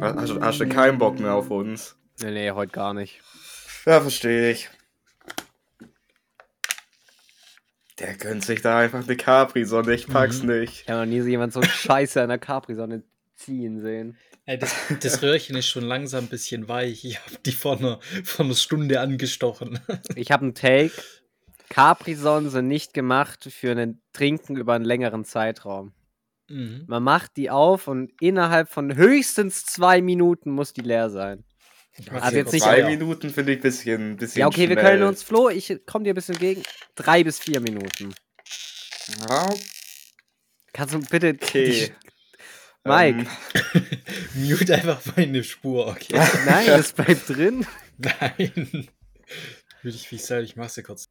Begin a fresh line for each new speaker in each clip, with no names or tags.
Hast, du- hast du keinen Bock mehr auf uns?
Nee, nee, heute gar nicht.
Ja, verstehe ich. Der gönnt sich da einfach eine Capri-Sonne, ich pack's
Mhm.
nicht.
Ich habe noch nie so jemand so scheiße an der Capri-Sonne ziehen sehen.
Ey, das, das Röhrchen ist schon langsam ein bisschen weich. Ich habe die vor einer, vor einer Stunde angestochen.
Ich habe einen Take. Capri-Sonnen sind nicht gemacht für ein Trinken über einen längeren Zeitraum.
Mhm.
Man macht die auf und innerhalb von höchstens zwei Minuten muss die leer sein. Also jetzt nicht-
Zwei
Ja.
Minuten finde ich ein bisschen, bisschen
Ja, okay, wir
schnell.
können uns, Flo, ich komme dir ein bisschen gegen. Drei bis vier Minuten.
Ja,
Kannst du bitte.
Ah, okay.
Mike.
Ähm,
Mute einfach meine Spur, okay?
Nein, das bleibt drin.
Nein. Würde ich, wie ich sage, ich mach's dir kurz.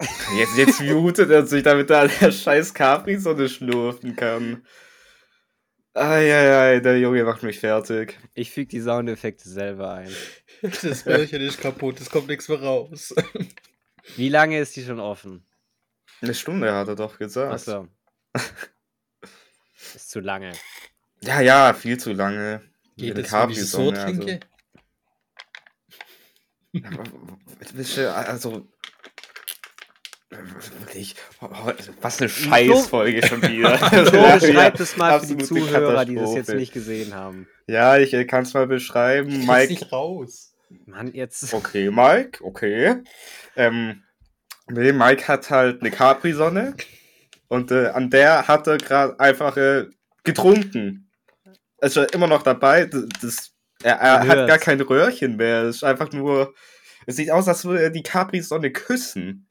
Ähm, Jetzt, jetzt mutet er sich, damit er an der scheiß Capri-Sonne schlurfen kann. Eieiei, der Junge macht mich fertig.
Ich füge die Soundeffekte selber ein.
Das Röhrchen ist kaputt, es kommt nichts mehr raus.
Wie lange ist die schon offen?
Eine Stunde hat er doch gesagt.
Achso. Ist zu lange.
Ja, ja, viel zu lange.
Geht
Eine
das, wenn ich es so
Capri-Sonne, also.
trinke?
Aber was willst du, Also. Wirklich. Was eine Scheißfolge schon wieder.
Flo,
Ja,
beschreibt es mal für die
absolute
Zuhörer, die das
Katastrophe.
jetzt nicht gesehen haben.
Ja, ich kann es mal
Ich
beschreiben.
krieg's
Mike.
nicht raus.
Mann, jetzt.
Okay, Mike, okay. Ähm, nee, Mike hat halt eine Capri-Sonne. Und äh, an der hat er gerade einfach äh, getrunken. Ist ja immer noch dabei. d- Das, er er
Man
hat gar
hört's.
kein Röhrchen mehr. Es ist einfach nur. Es sieht aus, als würde er die Capri-Sonne küssen.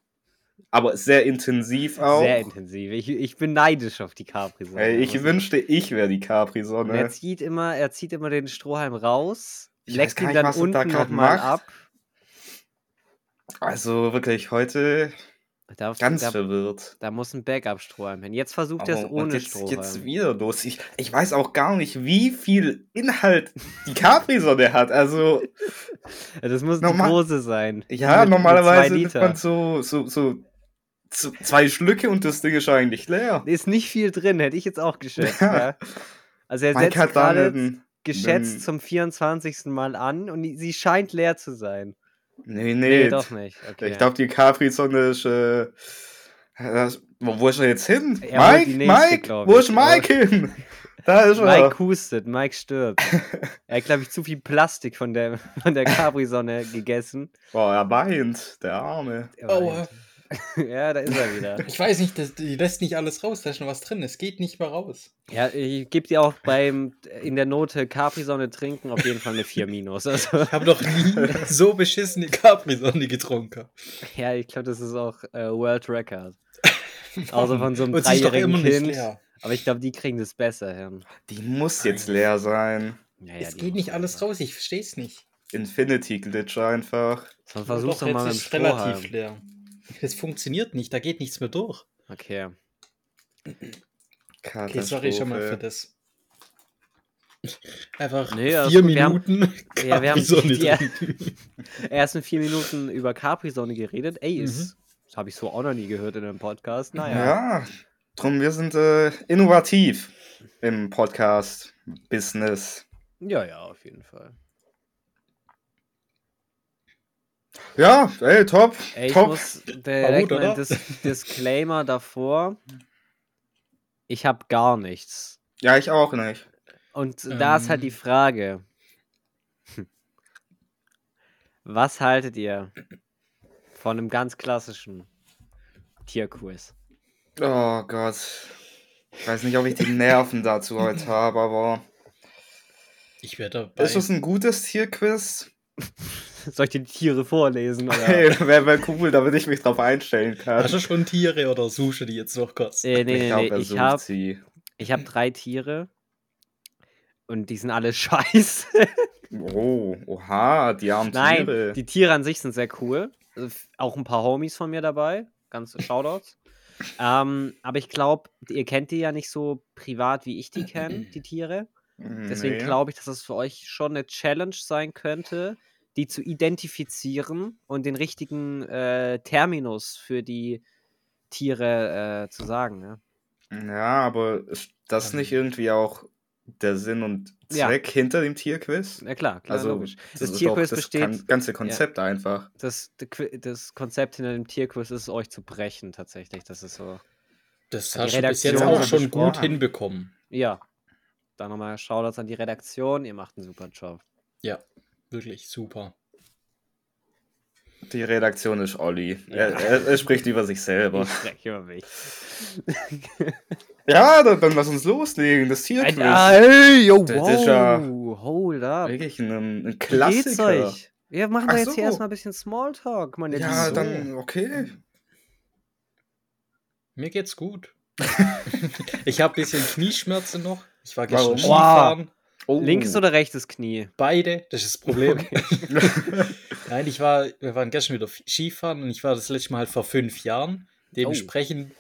Aber ist sehr intensiv auch.
Sehr intensiv. Ich, ich bin neidisch auf die Capri-Sonne.
Oh. Ey, ich
muss
wünschte, ich wäre die
Und er
Capri-Sonne.
zieht immer, er zieht immer den Strohhalm raus,
Ich weiß
leckt
gar
ihn
nicht,
dann
was er da
unten
grad
nochmal
macht.
ab.
Also wirklich heute
Da,
ganz
da,
verwirrt.
da muss ein Backup-Strohhalm hin. Jetzt versucht er es
Aber- und
ohne
jetzt,
Strohhalm.
jetzt wieder los. Ich, ich weiß auch gar nicht, wie viel Inhalt die Capri-Sonne hat. Also,
das Also muss eine
Normal-
große sein.
ja,
Also Mit- mit
normalerweise
zwei
nimmt man
Liter.
so, so, so z- zwei Schlücke und das Ding ist eigentlich leer.
Ist nicht viel drin, hätte ich jetzt auch geschätzt.
Ja.
ja. Also er setzt
Mike hat da
gerade
einen. einen-
geschätzt zum 24. Mal an und die- sie scheint leer zu sein.
Nee, nee.
Nee, doch nicht. Okay.
Ich glaube, die Capri-Sonne ist. Äh, das, wo, wo ist er jetzt hin?
Er holt die
Mike,
nächste,
Mike,
glaub
wo
ich.
ist Mike hin? Da ist er.
Mike hustet, Mike stirbt. er hat, glaube ich, zu viel Plastik von der, von der Capri-Sonne gegessen.
Boah, er weint, der Arme.
Er
Aua.
weint. ja, da ist er wieder.
Ich weiß nicht, das, die lässt nicht alles raus, da ist noch was drin, es geht nicht mehr raus.
Ja, ich gebe dir auch beim in der Note Capri-Sonne trinken auf jeden Fall eine 4 minus. Also,
Ich habe noch nie so beschissene Capri-Sonne getrunken.
ja, ich glaube, das ist auch äh, World Record. Außer von so einem
Und sie ist doch
dreijährigen
immer nicht
Kind.
leer.
Aber ich glaube, die kriegen das besser hin.
Die muss jetzt leer sein.
Ja, ja,
Es
die
geht
machen
nicht
das
alles
besser.
raus, ich verstehe es nicht.
Infinity-Glitch einfach.
Dann versuch's doch
jetzt
mal mit dem
ist relativ
Strohhalm.
leer. Das funktioniert nicht, da geht nichts mehr durch.
Okay.
Okay, sorry schon mal
Katastrophe.
für das. Einfach
Nee, alles
vier
gut, wir haben-
Minuten.
Ja, wir haben
Capri-Sonne
die- ja.
trinken.
Erst in vier Minuten über Capri-Sonne geredet.
Mhm.
Ey, ist, das habe ich so auch noch nie gehört in einem Podcast. Naja.
Ja, drum, wir sind äh, innovativ im Podcast-Business.
Ja, ja, auf jeden Fall.
Ja, ey, top.
Ey, ich
top.
muss direkt
oder?
mal ein Dis Disclaimer davor. Ich habe gar nichts.
ja, ich auch nicht.
Und da ist
Ähm.
halt die Frage. Hm. Was haltet ihr von einem ganz klassischen Tierquiz?
Oh Gott. Ich weiß nicht, ob ich die Nerven dazu heute habe, aber.
Ich werde dabei.
Ist es ein gutes Tierquiz?
Soll ich die Tiere vorlesen? Oder?
Hey, wäre wär cool, damit ich mich drauf einstellen kann.
Hast du schon Tiere oder suche die jetzt noch kurz?
Äh, Also, nee,
ich
nee,
glaub,
nee.
er
Ich
sucht
habe
sie.
ich hab drei Tiere. Und die sind alle scheiße.
Oh, oha, die armen
Nein,
Tiere.
die Tiere an sich sind sehr cool. Äh, f- Auch ein paar Homies von mir dabei. Ganze Shoutouts. ähm, aber ich glaube, ihr kennt die ja nicht so privat, wie ich die kenne, die Tiere. Deswegen
Nee.
glaube ich, dass es für euch schon eine Challenge sein könnte, die zu identifizieren und den richtigen äh, Terminus für die Tiere äh, zu sagen. Ja?
Ja, aber ist das
Ähm.
nicht irgendwie auch der Sinn und
Also Ja.
Zweck hinter dem Tierquiz.
Na klar, klar
Also,
logisch. Das
ist
Tierquiz
doch das
besteht-
kan- ganze Konzept einfach.
Das, das Konzept hinter dem Tierquiz ist, euch zu brechen, tatsächlich. Das ist so.
Das
Die
hast du bis jetzt
Redaktion
auch
hat
schon
besprochen.
gut hinbekommen.
Ja. Da nochmal Shoutouts an die Redaktion. Ihr macht einen super Job.
Ja, wirklich super.
Die Redaktion ist Olli.
Ja.
Er, er, er spricht über sich selber.
Ich spreche über mich.
Ja, dann, dann lass uns loslegen. Das Tierquiz.
ey, yo,
Das ist ja-
hold up. Wie
Wirklich ein, ein
geht's
Klassiker.
euch? Wir machen
Ach
doch jetzt hier
so.
erstmal ein bisschen Smalltalk, meine
Ja,
Lieben.
dann okay.
Mir geht's gut. ich habe ein bisschen Knieschmerzen noch. Ich war gestern
Warum?
Skifahren.
Oh.
Links oder rechtes Knie?
Beide, das ist das Problem. Nein, ich war, wir waren gestern wieder Skifahren und ich war das letzte Mal halt vor fünf Jahren. Dementsprechend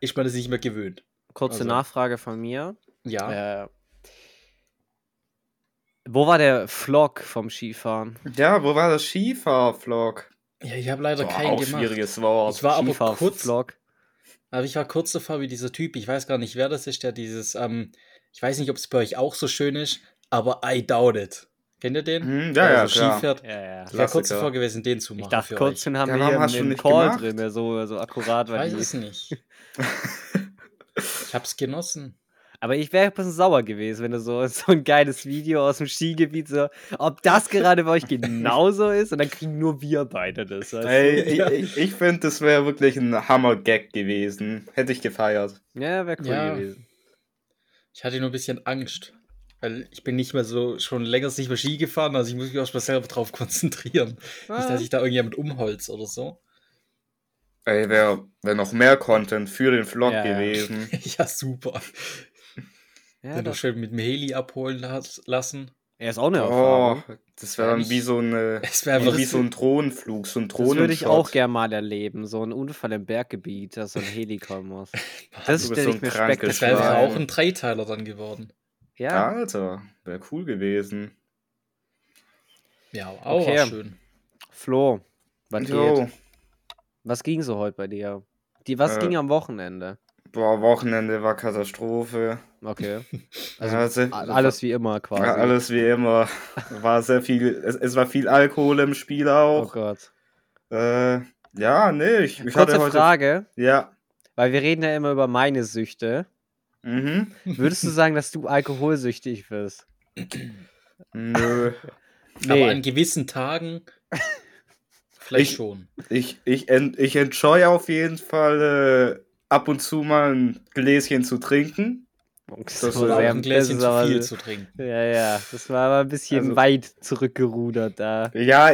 ist man das nicht mehr gewöhnt.
Kurze
Also-
Nachfrage von mir.
Ja.
Äh, wo war der Vlog vom Skifahren?
Ja, wo war das Skifahr-Vlog?
Ja, ich habe leider
Also
Boah,
keinen
auch
gemacht.
schwieriges Wort.
Ich war aber kurz,
Skifahr-Vlog.
aber ich war kurz davor wie dieser Typ. Ich weiß gar nicht, wer das ist, der dieses, ähm, ich weiß nicht, ob es bei euch auch so schön ist, aber I doubt it. Kennt ihr den?
Hm,
Der
ja, ja,
so
Also
klar.
Ski fährt.
Ja, ja.
Ich war kurz
Klassiker.
davor gewesen, den zu machen.
Ich dachte
für
kurz,
euch.
den haben
Ja,
wir
warum
hier
hast du
im
nicht
Call
gemacht?
drin, der so, so akkurat
Ich
war.
weiß es
Die.
nicht. ich hab's genossen.
Aber ich wäre ein bisschen sauer gewesen, wenn du so, so ein geiles Video aus dem Skigebiet so, ob das gerade bei euch genauso ist und dann kriegen nur wir beide das. weißt du?
Ey,
Ja.
ich, ich, ich finde, das wäre wirklich ein Hammer-Gag gewesen. Hätte ich gefeiert.
Ja, wäre cool
Ja.
gewesen.
Ich hatte nur ein bisschen Angst. Weil ich bin nicht mehr so, schon länger nicht mehr Ski gefahren, also ich muss mich auch mal selber drauf konzentrieren. Nicht, dass ich da irgendjemand umholz oder so.
Ey, wäre wär noch mehr Content für den Vlog
Ja, ja.
gewesen.
ja, super.
ja,
Dann noch
doch.
schön mit dem Heli abholen las- lassen.
Er ist auch eine
Oh,
Erfahrung.
das wäre dann wie so, eine,
Es wäre
wie so ein Drohnenflug, so ein
Das
Drohnenshot.
würde ich auch gerne mal erleben. So ein Unfall im Berggebiet, dass so ein Heli kommen muss. Das
Du bist
stelle
so
ich
ein
mir
krankes
Das wäre
spektakulär.
einfach
Schwein.
auch ein Dreiteiler dann geworden.
Ja,
Alter, wäre cool gewesen.
Ja, aber auch
Okay.
schön.
Flo, was
Jo.
geht? Was ging so heute bei dir? Die, was
Äh.
ging am Wochenende?
Boah, Wochenende war Katastrophe.
Okay. Also,
Ja, sehr-
a- alles wie immer quasi.
Ja, alles wie immer. War sehr viel, es, es war viel Alkohol im Spiel
Oh
auch.
Gott.
Äh, ja, nee, ich, ich hatte
Kurze
heute.
Frage,
Ja.
weil wir reden ja immer über meine Süchte.
Mhm.
Würdest du sagen, dass du alkoholsüchtig bist?
Nö.
Aber an gewissen Tagen vielleicht
Ich-
schon.
Ich, ich, en ich enjoy auf jeden Fall äh, ab und zu mal ein Gläschen zu trinken.
das
das
war
ist
Oder auch
sehr-
ein
das
Gläschen
ist
zu
aber-
viel zu trinken.
Ja, ja, das war aber ein bisschen
Also-
weit zurückgerudert da.
Ja,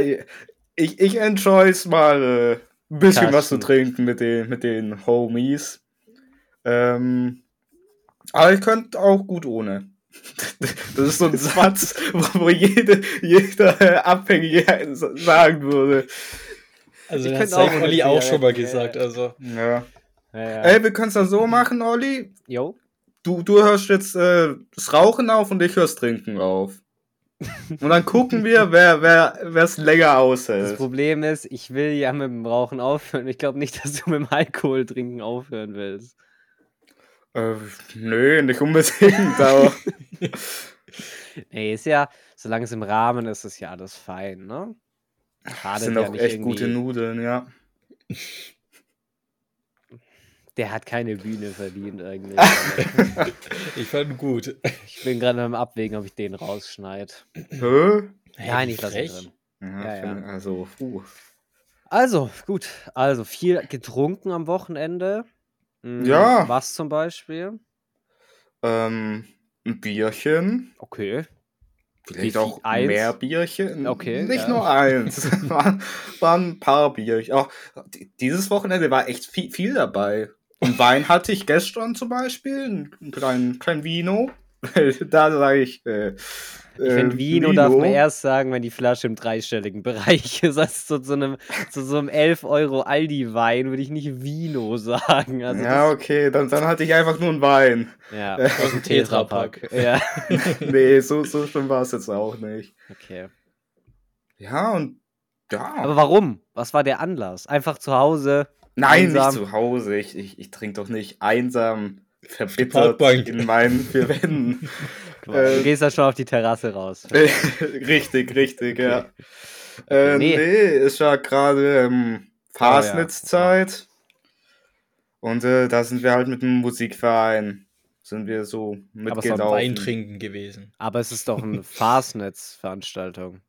ich, ich enjoy es mal äh, ein bisschen was zu
Carsten.
trinken mit den, mit den Homies. Ähm, aber ich könnte auch gut ohne. Das ist so ein Satz, wo wo jede, jeder äh, Abhängige sagen würde.
Also,
Ich
das
könnte
hat
auch
auch
ohne
Olli auch schon mal
Zigaretten, ja,
gesagt.
ja.
Also,
Ja.
Ja, ja.
Ähm,
Ey, wir können es dann so machen, Olli.
Jo.
Du, du hörst jetzt äh, das Rauchen auf und ich hör's Trinken auf. Und dann gucken wir, wer wer wer's länger
Das
äh,
aushält.
Problem ist, ich will ja mit dem Rauchen aufhören. Ich glaube nicht, dass du mit dem Alkohol trinken aufhören willst.
Äh, nö, nicht unbedingt, aber.
Nee, ist ja, solange es im Rahmen ist, ist ja alles fein, ne?
Das
Schade,
sind auch echt gute Nudeln, ja.
Der hat keine Bühne verdient eigentlich.
ich fand gut.
ich bin gerade am Abwägen, ob ich den rausschneide.
Hä?
Nein,
wie
ich lasse ihn
frech.
drin.
Ja,
Ja, ja.
find- Also, puh.
Also, gut. Also, viel getrunken am Wochenende. Mm,
Ja.
Was zum Beispiel?
Ähm, ein Bierchen.
Okay.
Vielleicht
viel?
auch
Eins?
mehr Bierchen.
Okay,
Nicht
ja.
nur eins. waren, waren ein paar Bierchen. Auch di- dieses Wochenende war echt viel, viel dabei. Und Wein hatte ich gestern zum Beispiel. Einen einen kleinen, kleinen Vino. da sage ich. Äh,
Ich finde, Vino, darf man erst sagen, wenn die Flasche im dreistelligen Bereich ist. Also zu so einem, zu so einem 11 Euro Aldi-Wein würde ich nicht Vino sagen. Also
ja, Äh, okay, dann, dann hatte ich einfach nur einen Wein.
das, ja.
Aus dem Tetrapack.
Ja,
nee, so, so schlimm war es jetzt auch nicht.
okay.
Ja, und ja.
Aber warum? Was war der Anlass? Einfach zu Hause?
Nein,
einsam?
nicht zu Hause. Ich, ich, ich trinke doch nicht einsam verbittert
Parkbank.
in meinen vier Wänden.
Quatsch.
Äh,
du gehst ja schon auf die Terrasse raus.
richtig, richtig, ja. Äh, nee.
Nee. Ah,
ist ja gerade ähm, Fasnitzzeit. Und äh, da sind wir halt mit dem Musikverein. Sind wir so
es war
mitgelaufen.
ein
Wein trinken gewesen.
Aber es ist doch eine Fastnetz-Veranstaltung.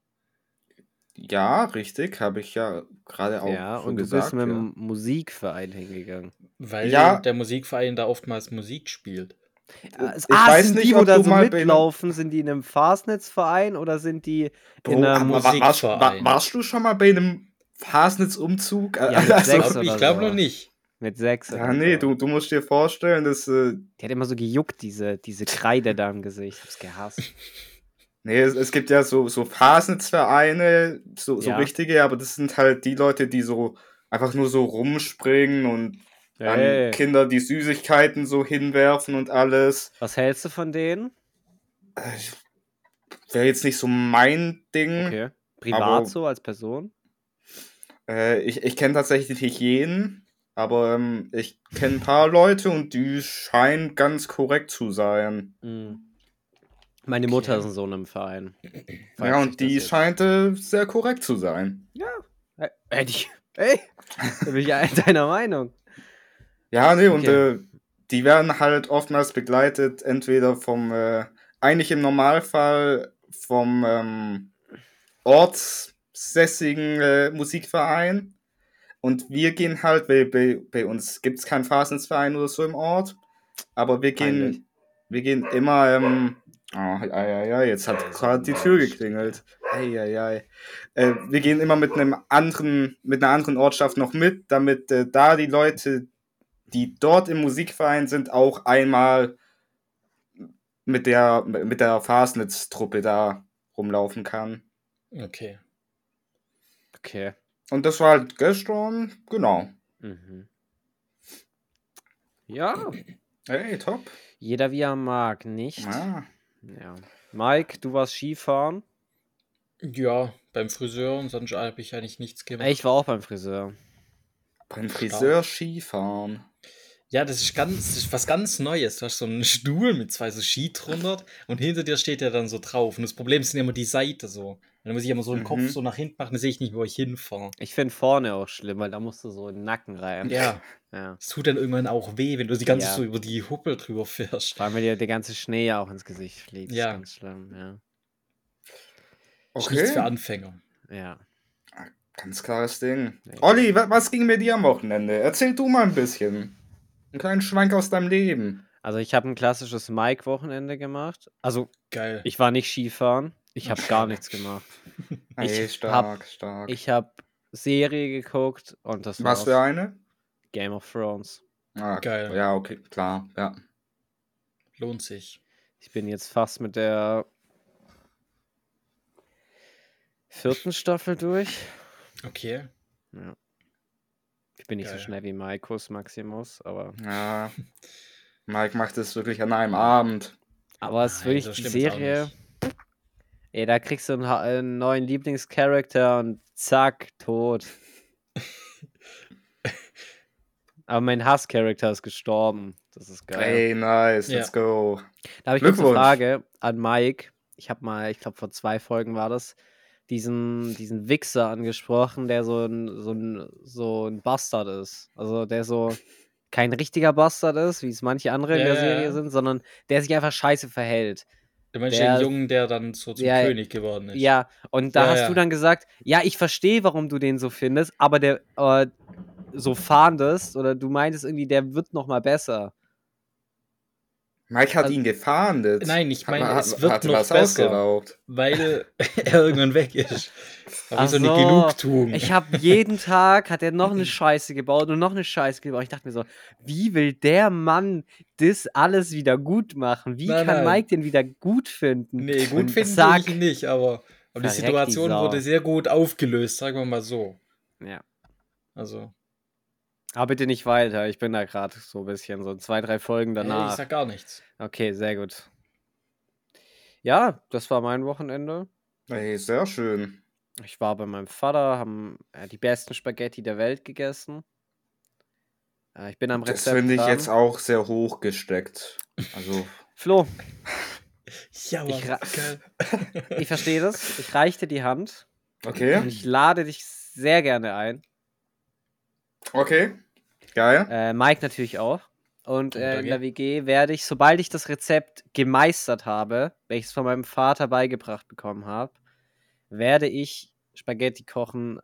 Ja, richtig, habe ich ja gerade auch
Ja,
schon
und du
gesagt.
bist mit
ja.
dem Musikverein hingegangen.
Weil
Ja.
der Musikverein da oftmals Musik spielt.
Ah,
ich weiß
sind
nicht,
die,
ob
wo da
du
so
mal-
mitlaufen, sind die in einem Fastnetzverein oder sind die
Bro,
in einer
aber
Musik?
wa- warst, wa-
Musikverein.
warst du schon mal bei einem Fasnitz-Umzug?
Ja, mit
also,
sechs
Glaub,
oder
ich glaube
so.
noch nicht.
Mit sechs.
ja,
oder
nee,
so.
du, du musst dir vorstellen, dass äh,
Die hat immer so gejuckt, diese, diese Kreide da im Gesicht. Ich hab's gehasst.
Nee, es, es gibt ja so, so Fasnitzvereine, so, so
Ja.
richtige, aber das sind halt die Leute, die so einfach nur so rumspringen und an
Hey,
Kinder die Süßigkeiten so hinwerfen und alles.
was hältst du von denen?
Wäre jetzt nicht so mein Ding.
Okay. Privat
Hm. Aber-
so als Person?
Äh, ich ich kenne tatsächlich nicht jeden, aber ähm, ich kenne ein paar Leute und die scheinen ganz korrekt zu sein.
Mhm. Meine Mutter
Okay.
ist in so einem Verein.
ja,
Falls ich
und die
das jetzt-
scheint äh, sehr korrekt zu sein.
Ä- Hätte ich. Ey, da bin ich ja deiner Meinung.
Ja, nee, und
Okay.
äh, die werden halt oftmals begleitet, entweder vom, äh, eigentlich im Normalfall vom ähm, ortssässigen äh, Musikverein. Und wir gehen halt, weil bei, bei uns gibt es keinen Fasensverein oder so im Ort, aber wir
Peinlich.
gehen, wir gehen immer, ähm, oh, ja, ja, ja, jetzt hat gerade die Tür geklingelt. Ei, ei, ei. Äh, wir gehen immer mit einem anderen, mit einer anderen Ortschaft noch mit, damit äh, da die Leute, die dort im Musikverein sind, auch einmal mit der, mit der Fasnitz-Truppe da rumlaufen kann.
Okay.
Okay.
Und das war halt gestern, genau.
Mhm. Ja,
Hey, top.
jeder wie er mag, nicht?
Ja.
Ja. Mike, du warst Skifahren.
Ja, beim Friseur und sonst habe ich eigentlich nichts gemacht.
Ey, Ich war auch beim Friseur.
Beim Friseur Skifahren.
Ja, das ist ganz das ist was ganz Neues. Du hast so einen Stuhl mit zwei so Ski drunter und hinter dir steht der dann so drauf. Und das Problem sind immer die Seite so. Und dann muss ich immer so den
Mhm.
Kopf so nach hinten machen, dann sehe ich nicht, wo ich hinfahre.
Ich finde vorne auch schlimm, weil da musst du so in den Nacken rein.
Ja,
ja.
es tut dann irgendwann auch weh, wenn du die ganze
Ja.
Zeit so über die Huppel drüber fährst.
Vor allem, wenn dir der ganze Schnee ja auch ins Gesicht fliegt.
Ja.
Ist ganz schlimm, ja.
Ist nichts für
Okay.
Anfänger.
Ja.
Ganz klares Ding.
Nee.
Olli, wa was ging mit dir am Wochenende? Erzähl du mal ein bisschen. Einen kleinen Schwank aus deinem Leben.
Also, ich habe ein klassisches Mike-Wochenende gemacht. Also,
Geil.
ich war nicht Skifahren. Ich habe gar nichts gemacht. Ich
Ey,
hab-
stark, stark.
Ich habe Serie geguckt und das
Was für
war's.
eine?
Game of Thrones.
Ah,
Geil.
Ja, okay, klar. Ja.
Lohnt sich.
Ich bin jetzt fast mit der vierten Staffel durch.
Okay.
Ja. Ich bin nicht
Geil.
so schnell wie Maikus Maximus, aber,
ja. Mike macht es wirklich an einem Abend.
aber es ist
Nein,
wirklich
so
die
schlimm ist auch
Serie.
nicht.
Ey, da kriegst du einen, ha- einen neuen Lieblingscharakter und zack, tot. aber mein Hasscharakter ist gestorben. Das ist geil.
Ey, nice,
Ja.
let's go.
Da habe ich kurz eine
Glückwunsch.
Frage an Mike. Ich habe mal, ich glaube vor zwei Folgen war das, diesen, diesen Wichser angesprochen, der so ein, so, ein, so ein Bastard ist. Also der so kein richtiger Bastard ist, wie es manche andere in
Ja,
der
ja,
Serie
ja.
sind, sondern der sich einfach scheiße verhält.
Du meinst
Der-
den Jungen, der dann so zum
Ja, ja.
König geworden ist.
Ja, und da
Ja,
hast
ja.
du dann gesagt, ja, ich verstehe, warum du den so findest, aber der äh, so fahndest oder du meintest irgendwie, der wird noch mal besser.
Mike hat
Also-
ihn gefahndet.
Nein, ich meine,
Hat-
es wird
hat
noch
was
besser.
ausgeraubt.
Weil er irgendwann weg ist. Aber
Ach
so eine
so.
Genugtuung.
Ich habe jeden Tag hat er noch eine Scheiße gebaut und noch eine Scheiße gebaut. Ich dachte mir so, wie will der Mann das alles wieder gut machen? Wie
Nein,
kann
nein.
Mike den wieder gut finden?
Nee,
Und
gut finden tue
sag,
ich ihn nicht, aber, aber die
Verreck die
Situation
Sau.
wurde sehr gut aufgelöst, sagen wir mal so.
Ja.
Also,
Aber Ah, bitte nicht weiter. Ich bin da gerade so ein bisschen so zwei, drei Folgen
Danach. ich
danach.
sag gar nichts.
Okay, sehr gut. Ja, das war mein Wochenende.
Ey, sehr schön.
Ich war bei meinem Vater, haben äh, die besten Spaghetti der Welt gegessen. Äh, ich bin am
Das
Rezept
finde ich
dran.
jetzt auch sehr hoch gesteckt. Also,
Flo,
Ja,
Ich ra-
Mann, geil.
ich verstehe das. Ich reiche dir die Hand und
okay.
ich lade dich sehr gerne ein.
Okay. Geil.
Äh, Mike natürlich auch. Und
Oh,
äh, in
danke.
der WG werde ich, sobald ich das Rezept gemeistert habe, welches von meinem Vater beigebracht bekommen habe, werde ich Spaghetti kochen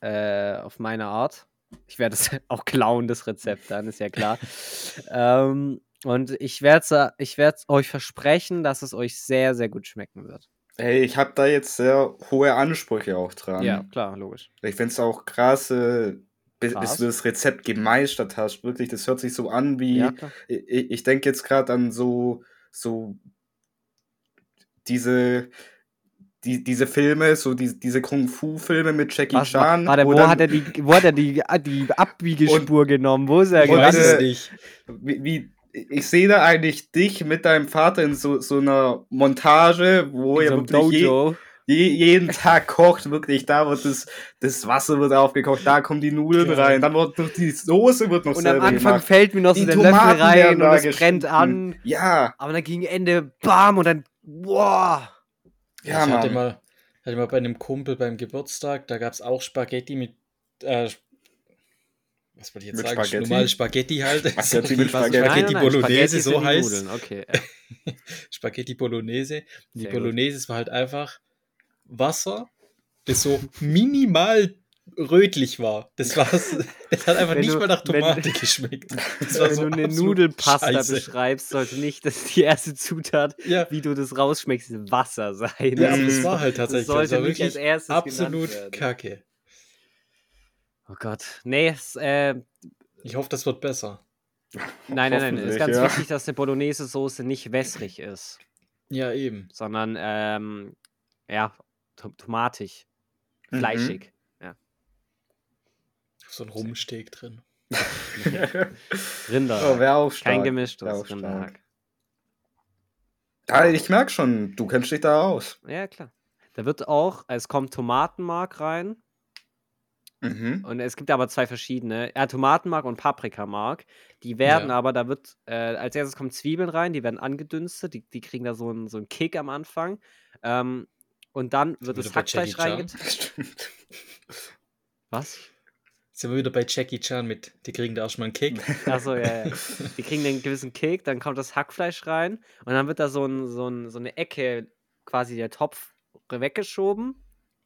äh, auf meine Art. Ich werde es auch klauen, das Rezept dann, ist ja klar. ähm, und ich werde ich werd's euch versprechen, dass es euch sehr, sehr gut schmecken wird.
Hey, ich habe da jetzt sehr hohe Ansprüche auch dran.
Ja, klar, logisch.
Ich finde es auch krass, äh, bis, bis
Krass.
du das Rezept gemeistert hast. Wirklich, das hört sich so an wie.
Ja, klar.
Ich, ich denke jetzt gerade an so, so diese, die, diese Filme, so die, diese Kung-Fu-Filme mit Jackie
Was,
Chan.
warte,
wo
wo,
dann-
hat er die, wo hat er die, die Abbiegespur genommen? Wo ist er
Ich
Und,
weiß
gelandet?
es
äh,
nicht.
wie, wie, ich sehe da eigentlich dich mit deinem Vater in so, so einer Montage, wo
in
er
so einem
wirklich je,
Dojo.
je, jeden Tag kocht, wirklich. Da wird das, das Wasser wird aufgekocht, da kommen die Nudeln
Ja.
rein, dann wird noch die Soße wird noch
Genau. Und am
selber
Anfang
gemacht.
fällt mir noch so
Die
der Löffel
Tomaten
rein
werden
und
da
es brennt
geschnitten.
an.
Ja,
Aber dann gegen Ende, bam, und dann, wow.
ja,
ich hatte
Mann.
mal, hatte mal bei einem Kumpel beim Geburtstag, da gab es auch Spaghetti mit. Äh, was wollte ich jetzt
Mit
sagen?
Spaghetti?
Normal Spaghetti halt.
Spaghetti
Sorry,
mit
was-
Spaghetti.
Spaghetti Bolognese,
sind
so
die
heißt.
Nudeln, Okay. ja.
Spaghetti Bolognese. Die
Sehr gut.
Bolognese es war halt einfach Wasser, das so minimal rötlich war. Das war's. Das hat einfach
Wenn
nicht
du-
mal nach
wenn-
Tomate geschmeckt. Das war
Wenn
so
du eine
absolut
Nudelpasta
scheiße.
beschreibst, sollte nicht das die erste Zutat,
Ja,
wie du das rausschmeckst, Wasser sein.
ja aber
Mm.
das war halt
Genau. das
tatsächlich. Das,
sollte
war
nicht als
wirklich
erstes
absolut
genannt werden.
kacke.
Oh Gott. Nee, es, äh,
Ich hoffe, das wird besser.
nein, nein, nein. Es ist
Hoffentlich,
ganz
ja.
wichtig, dass eine Bolognese-Soße nicht wässrig ist,
Ja, eben.
sondern, ähm, ja, to tomatig,
Mhm.
fleischig.
So ein Rumsteak drin.
Oh,
Rinder.
wär auch
Kein
stark. Wär auch
gemischtes
stark.
Rinderhack.
Ah, ich merk schon, du kennst dich da aus.
Ja, klar. Da wird auch, äh, es kommt Tomatenmark rein.
Mhm.
Und es gibt aber zwei verschiedene. Ja, Tomatenmark und Paprikamark. Die werden
Ja.
aber, da wird, äh, als erstes kommen Zwiebeln rein, die werden angedünstet, die, die kriegen da so einen, so einen Kick am Anfang. Ähm, und dann wird
Wieder
das
bei Jackie
Hackfleisch
Chan?
reingetan.
Stimmt.
Was?
Sind wir wieder bei Jackie Chan mit. Die kriegen da auch schon mal einen Kick.
Achso, ja, ja. Die kriegen den gewissen Kick, dann kommt das Hackfleisch rein und dann wird da so, ein, so, ein, so eine Ecke, quasi der Topf, weggeschoben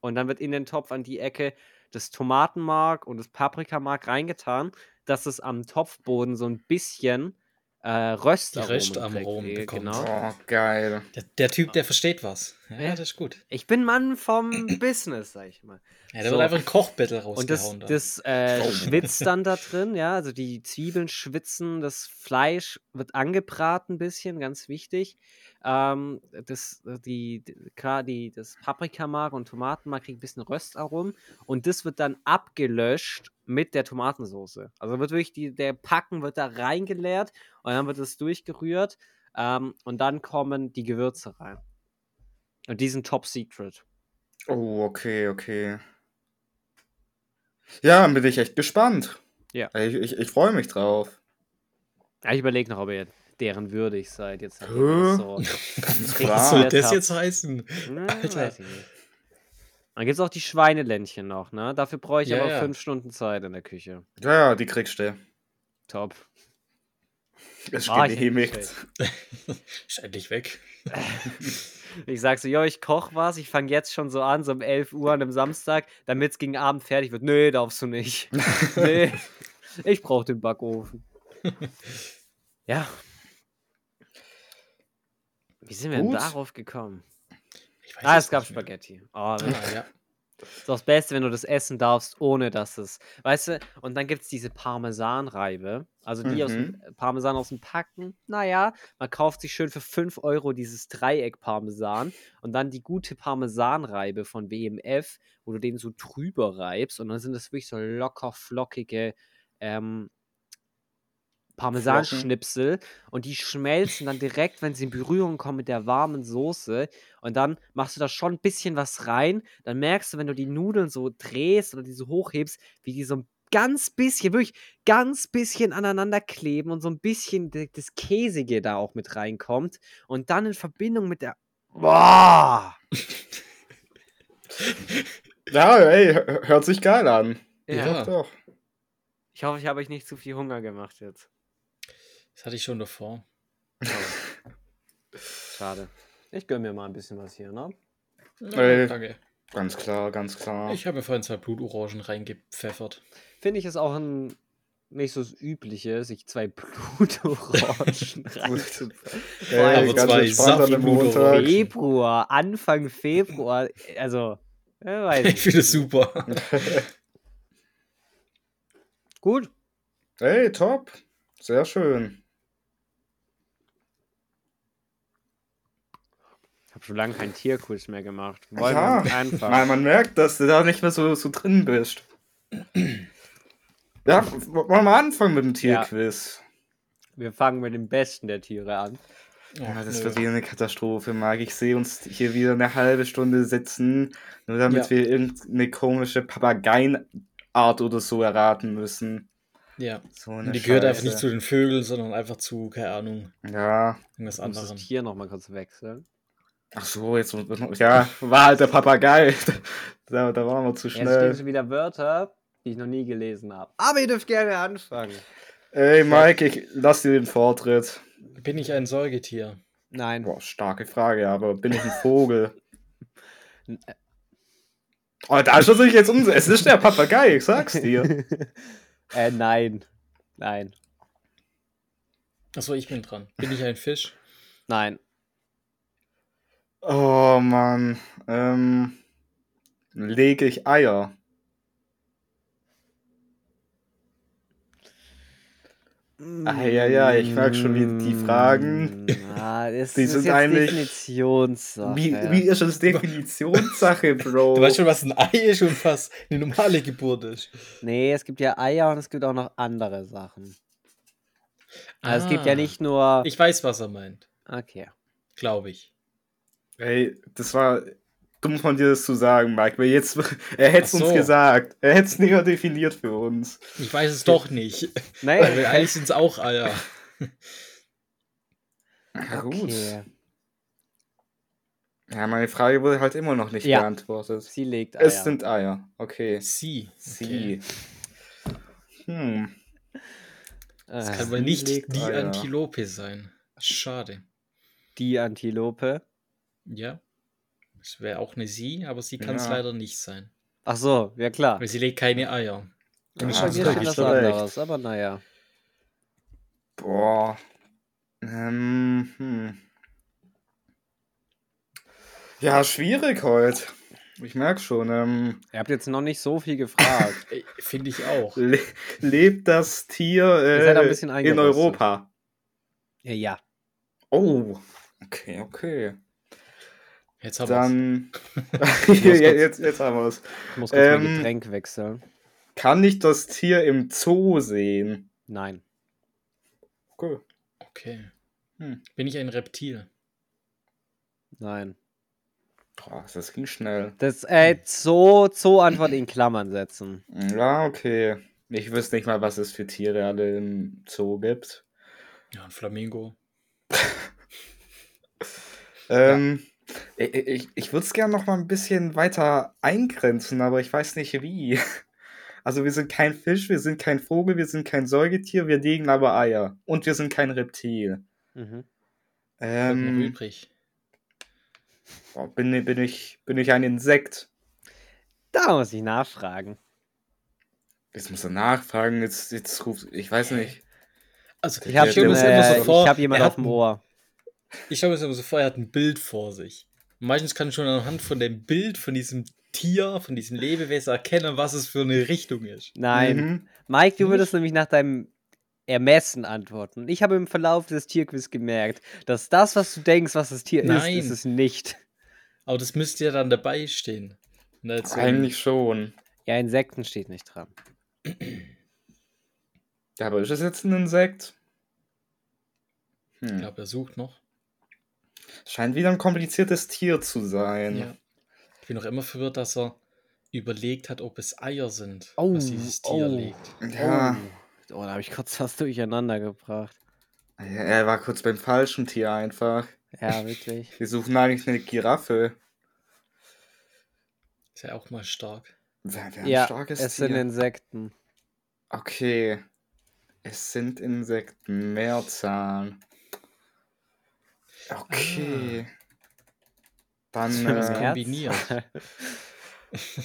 und dann wird in den Topf an die Ecke das Tomatenmark und das Paprikamark reingetan, dass es am Topfboden so ein bisschen äh, Röstaromen,
Röstaromen
kriegt, äh,
bekommt.
Genau.
Oh, geil.
Der, der Typ, der versteht was. Ja,
Ja.
das ist gut.
Ich bin Mann vom Business, sag ich mal.
Ja, da
So.
wird einfach ein Kochbattle
Und das,
rausgehauen. da.
das äh,
Oh.
schwitzt dann da drin, ja. Also die Zwiebeln schwitzen, das Fleisch wird angebraten ein bisschen, ganz wichtig. Ähm, das, die, die- klar, die, das Paprikamark und Tomatenmark kriegt ein bisschen Röstaromen und das wird dann abgelöscht mit der Tomatensoße. Also wird wirklich die, der Packen wird da reingeleert und dann wird es durchgerührt ähm, und dann kommen die Gewürze rein. Und die sind top secret.
Oh, okay, okay. Ja, dann bin ich echt gespannt.
Ja.
Ich, ich, ich freue mich drauf.
Ja, Ah, ich überlege noch, ob ihr deren würdig seid. Jetzt nachdem
Hä?
ihr das so.
was
Ah.
soll
Jetzt
das
hab's.
jetzt heißen?
Hm,
Alter.
weiß ich nicht. Dann gibt es auch die Schweineländchen noch, ne? Dafür brauche ich
Ja,
aber
ja.
fünf Stunden Zeit in der Küche.
Ja, ja, die kriegst du.
Top.
Das ist
Ah, ich hätte
genehmigt.
bestellt.
Ist endlich weg.
Ich sag so, jo, ich koch was, ich fange jetzt schon so an, so um 11 Uhr an einem Samstag, damit es gegen Abend fertig wird. Nee, darfst du nicht. nee, ich brauche den Backofen. Ja. Wie sind wir denn
Gut.
darauf gekommen?
Ich weiß
Ah,
es
es gab
nicht mehr.
Spaghetti. Oh, das
Ah, ja.
Ist doch das Beste, wenn du das essen darfst, ohne dass es. Weißt du, und dann gibt es diese Parmesanreibe. Also die aus dem Parmesan aus dem Packen. Naja, man kauft sich schön für 5 Euro dieses Dreieck Parmesan und dann die gute Parmesanreibe von WMF, wo du den so drüber reibst und dann sind das wirklich so locker flockige ähm, Parmesanschnipsel und die schmelzen dann direkt, wenn sie in Berührung kommen mit der warmen Soße und dann machst du da schon ein bisschen was rein, dann merkst du, wenn du die Nudeln so drehst oder die so hochhebst, wie die so ein ganz bisschen, wirklich ganz bisschen aneinander kleben und so ein bisschen de- das Käsige da auch mit reinkommt und dann in Verbindung mit der. Boah!
Ja, ey, hör- hört sich geil an.
Ja.
Doch, doch.
Ich hoffe, ich habe euch nicht zu viel Hunger gemacht jetzt.
Das hatte ich schon davor.
Schade. Ich gönne mir mal ein bisschen was hier, ne?
Ja,
Äh,
danke.
Ganz klar, ganz klar.
Ich habe mir vorhin zwei Blutorangen reingepfeffert.
Finde ich es auch ein nicht so das Übliche, sich zwei Blutorangen rein.
Ey,
Aber
ganz
Also zwei
entspannt an einem
Saftblumen
Montag.
Februar, Anfang Februar, also, äh, weiß
Ich finde es super.
Gut,
Ey, top. Sehr schön.
ich habe schon lange keinen Tierkurs mehr gemacht. Wollen
Ja,
wir einfach.
man, man merkt, dass du da nicht mehr so, so drin bist. Ja, w- wollen wir mal anfangen mit dem
Ja.
Tierquiz?
Wir fangen mit dem Besten der Tiere an.
Ja, das
nö.
wird wieder eine Katastrophe, Marc. Ich sehe uns hier wieder eine halbe Stunde sitzen, nur damit
Ja.
wir irgendeine komische Papageienart oder so erraten müssen.
ja.
So
Und
eine
die gehört einfach
Scheiße.
nicht zu den Vögeln, sondern einfach zu, keine Ahnung,
Ja.
irgendwas
Ich muss das
anderem.
Tier nochmal kurz wechseln.
Ach so, jetzt. muss- muss- Ja, war halt der Papagei. Da, da waren wir zu
Jetzt stehen
schnell.
schon wieder Wörter, die ich noch nie gelesen habe. Aber ihr dürft gerne anfangen.
Ey, Mike, ich lass dir den Vortritt.
Bin ich ein Säugetier?
Nein.
Boah, starke Frage, aber bin ich ein Vogel?
äh.
Oh, da schaut sich jetzt um. Es ist der Papagei, ich sag's dir.
äh, nein. Nein.
Achso, ich bin dran. Bin ich ein Fisch?
Nein.
Oh Mann. Ähm, lege ich Eier? Eieiei, ich merk schon, wie die Fragen-
Ah, das
Die
ist
sind
jetzt
eigentlich-
Definitionssache.
Wie, wie ist das Definitionssache, Bro?
Du weißt schon, was ein Ei ist und was eine normale Geburt ist.
Nee, es gibt ja Eier und es gibt auch noch andere Sachen. Also es gibt ja nicht nur.
Ah. Ich weiß, was er meint.
Okay.
Glaube ich.
Ey, das war dumm von dir, das zu sagen, Mike. Weil jetzt, er hätte es
Ach so.
uns gesagt. Er hätte es nicht mehr definiert für uns.
Ich weiß es doch nicht.
Nein.
Weil eigentlich sind es auch Eier.
Ja, gut.
Okay.
Ja, meine Frage wurde halt immer noch nicht
Ja.
beantwortet.
Sie legt Eier.
Es sind Eier. Okay.
Sie.
Sie. Hm.
Das
äh,
kann wohl nicht
legt
die
Eier.
Antilope sein. Schade.
die Antilope.
Ja. Es wäre auch eine Sie, aber sie kann es
Ja.
leider nicht sein.
Ach so, ja klar.
Weil sie legt keine Eier. Und
Ja,
ist
Bei
schon
das
mir
ist
steht
richtig
das
so recht.
anderes, aber naja.
Boah. Ähm, hm. Ja, schwierig heute. Ich merke schon. Ähm,
Ihr habt jetzt noch nicht so viel gefragt.
Äh, Finde ich auch.
le lebt das Tier
seid auch ein
äh,
bisschen
in
eingerostet.
Europa?
ja, ja.
Oh. Okay, okay.
Jetzt haben wir
Dann. jetzt, jetzt haben wir es.
Ich muss kurz mein
Ähm.
Getränk wechseln.
Kann ich das Tier im Zoo sehen?
Nein.
Okay.
Okay.
Hm.
Bin ich ein Reptil?
Nein.
Boah, das ging schnell.
Das äh, Zoo, Zoo-Antwort in Klammern setzen.
Ja, okay. Ich wüsste nicht mal, was es für Tiere alle im Zoo gibt.
Ja, ein Flamingo.
Ähm, Ich, ich, ich würde es gerne noch mal ein bisschen weiter eingrenzen, aber ich weiß nicht wie. Also wir sind kein Fisch, wir sind kein Vogel, wir sind kein Säugetier, wir legen aber Eier. Und wir sind kein Reptil.
Mhm.
Bleibt noch
Ähm,
übrig.
boah, bin, bin, ich, bin ich ein Insekt?
Da muss ich nachfragen.
Jetzt muss er nachfragen, jetzt, jetzt ruft, ich weiß nicht.
Also,
Ich
Ja,
habe äh,
stell
mir das immer so vor,
ich hab jemanden
er
auf
hat
dem
ein-
Ohr.
Ich stelle mir das immer so vor, er hat ein Bild vor sich. Meistens kann ich schon anhand von dem Bild, von diesem Tier, von diesem Lebewesen erkennen, was es für eine Richtung ist.
Nein.
Mhm.
Mike, du
Nicht?
würdest nämlich nach deinem Ermessen antworten. Ich habe im Verlauf des Tierquiz gemerkt, dass das, was du denkst, was das Tier
Nein.
ist, ist es nicht.
Aber das müsste ja dann dabei stehen. Und als so ein-
Eigentlich schon.
Ja, Insekten steht nicht dran.
Ja, aber ist es jetzt ein Insekt?
Ich
Hm.
glaube, er sucht noch.
Scheint wieder ein kompliziertes Tier zu sein.
Ja. Ich bin noch immer verwirrt, dass er überlegt hat, ob es Eier sind,
Oh,
was dieses Tier
oh.
legt.
Ja.
Oh, da habe ich kurz was durcheinander gebracht.
ja, er war kurz beim falschen Tier einfach.
Ja, wirklich.
Wir suchen eigentlich eine Giraffe.
Ist ja auch mal stark.
Wer, wer
ja,
ein starkes
es
Tier.
sind Insekten.
okay. Es sind Insekten, Meerzahn. Okay.
Das
Dann.
war das
äh,
Kerl. kombiniert.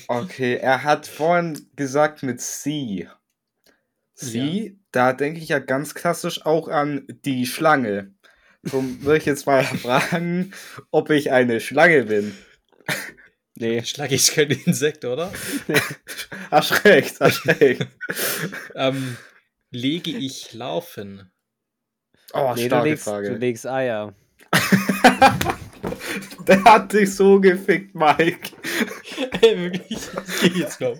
Okay, er hat vorhin gesagt mit sie. Sie, da denke ich ja ganz klassisch auch an die Schlange. Darum würde ich jetzt mal fragen, ob ich eine Schlange bin.
nee.
Schlage ich kein Insekt, oder?
Hast recht, hast recht.
Ähm, lege ich Larven?
Oh,
nee du,
starke
legst, du
Frage.
legst Eier.
Der hat dich so gefickt, Mike.
Ey, wirklich? Das geht jetzt kaum.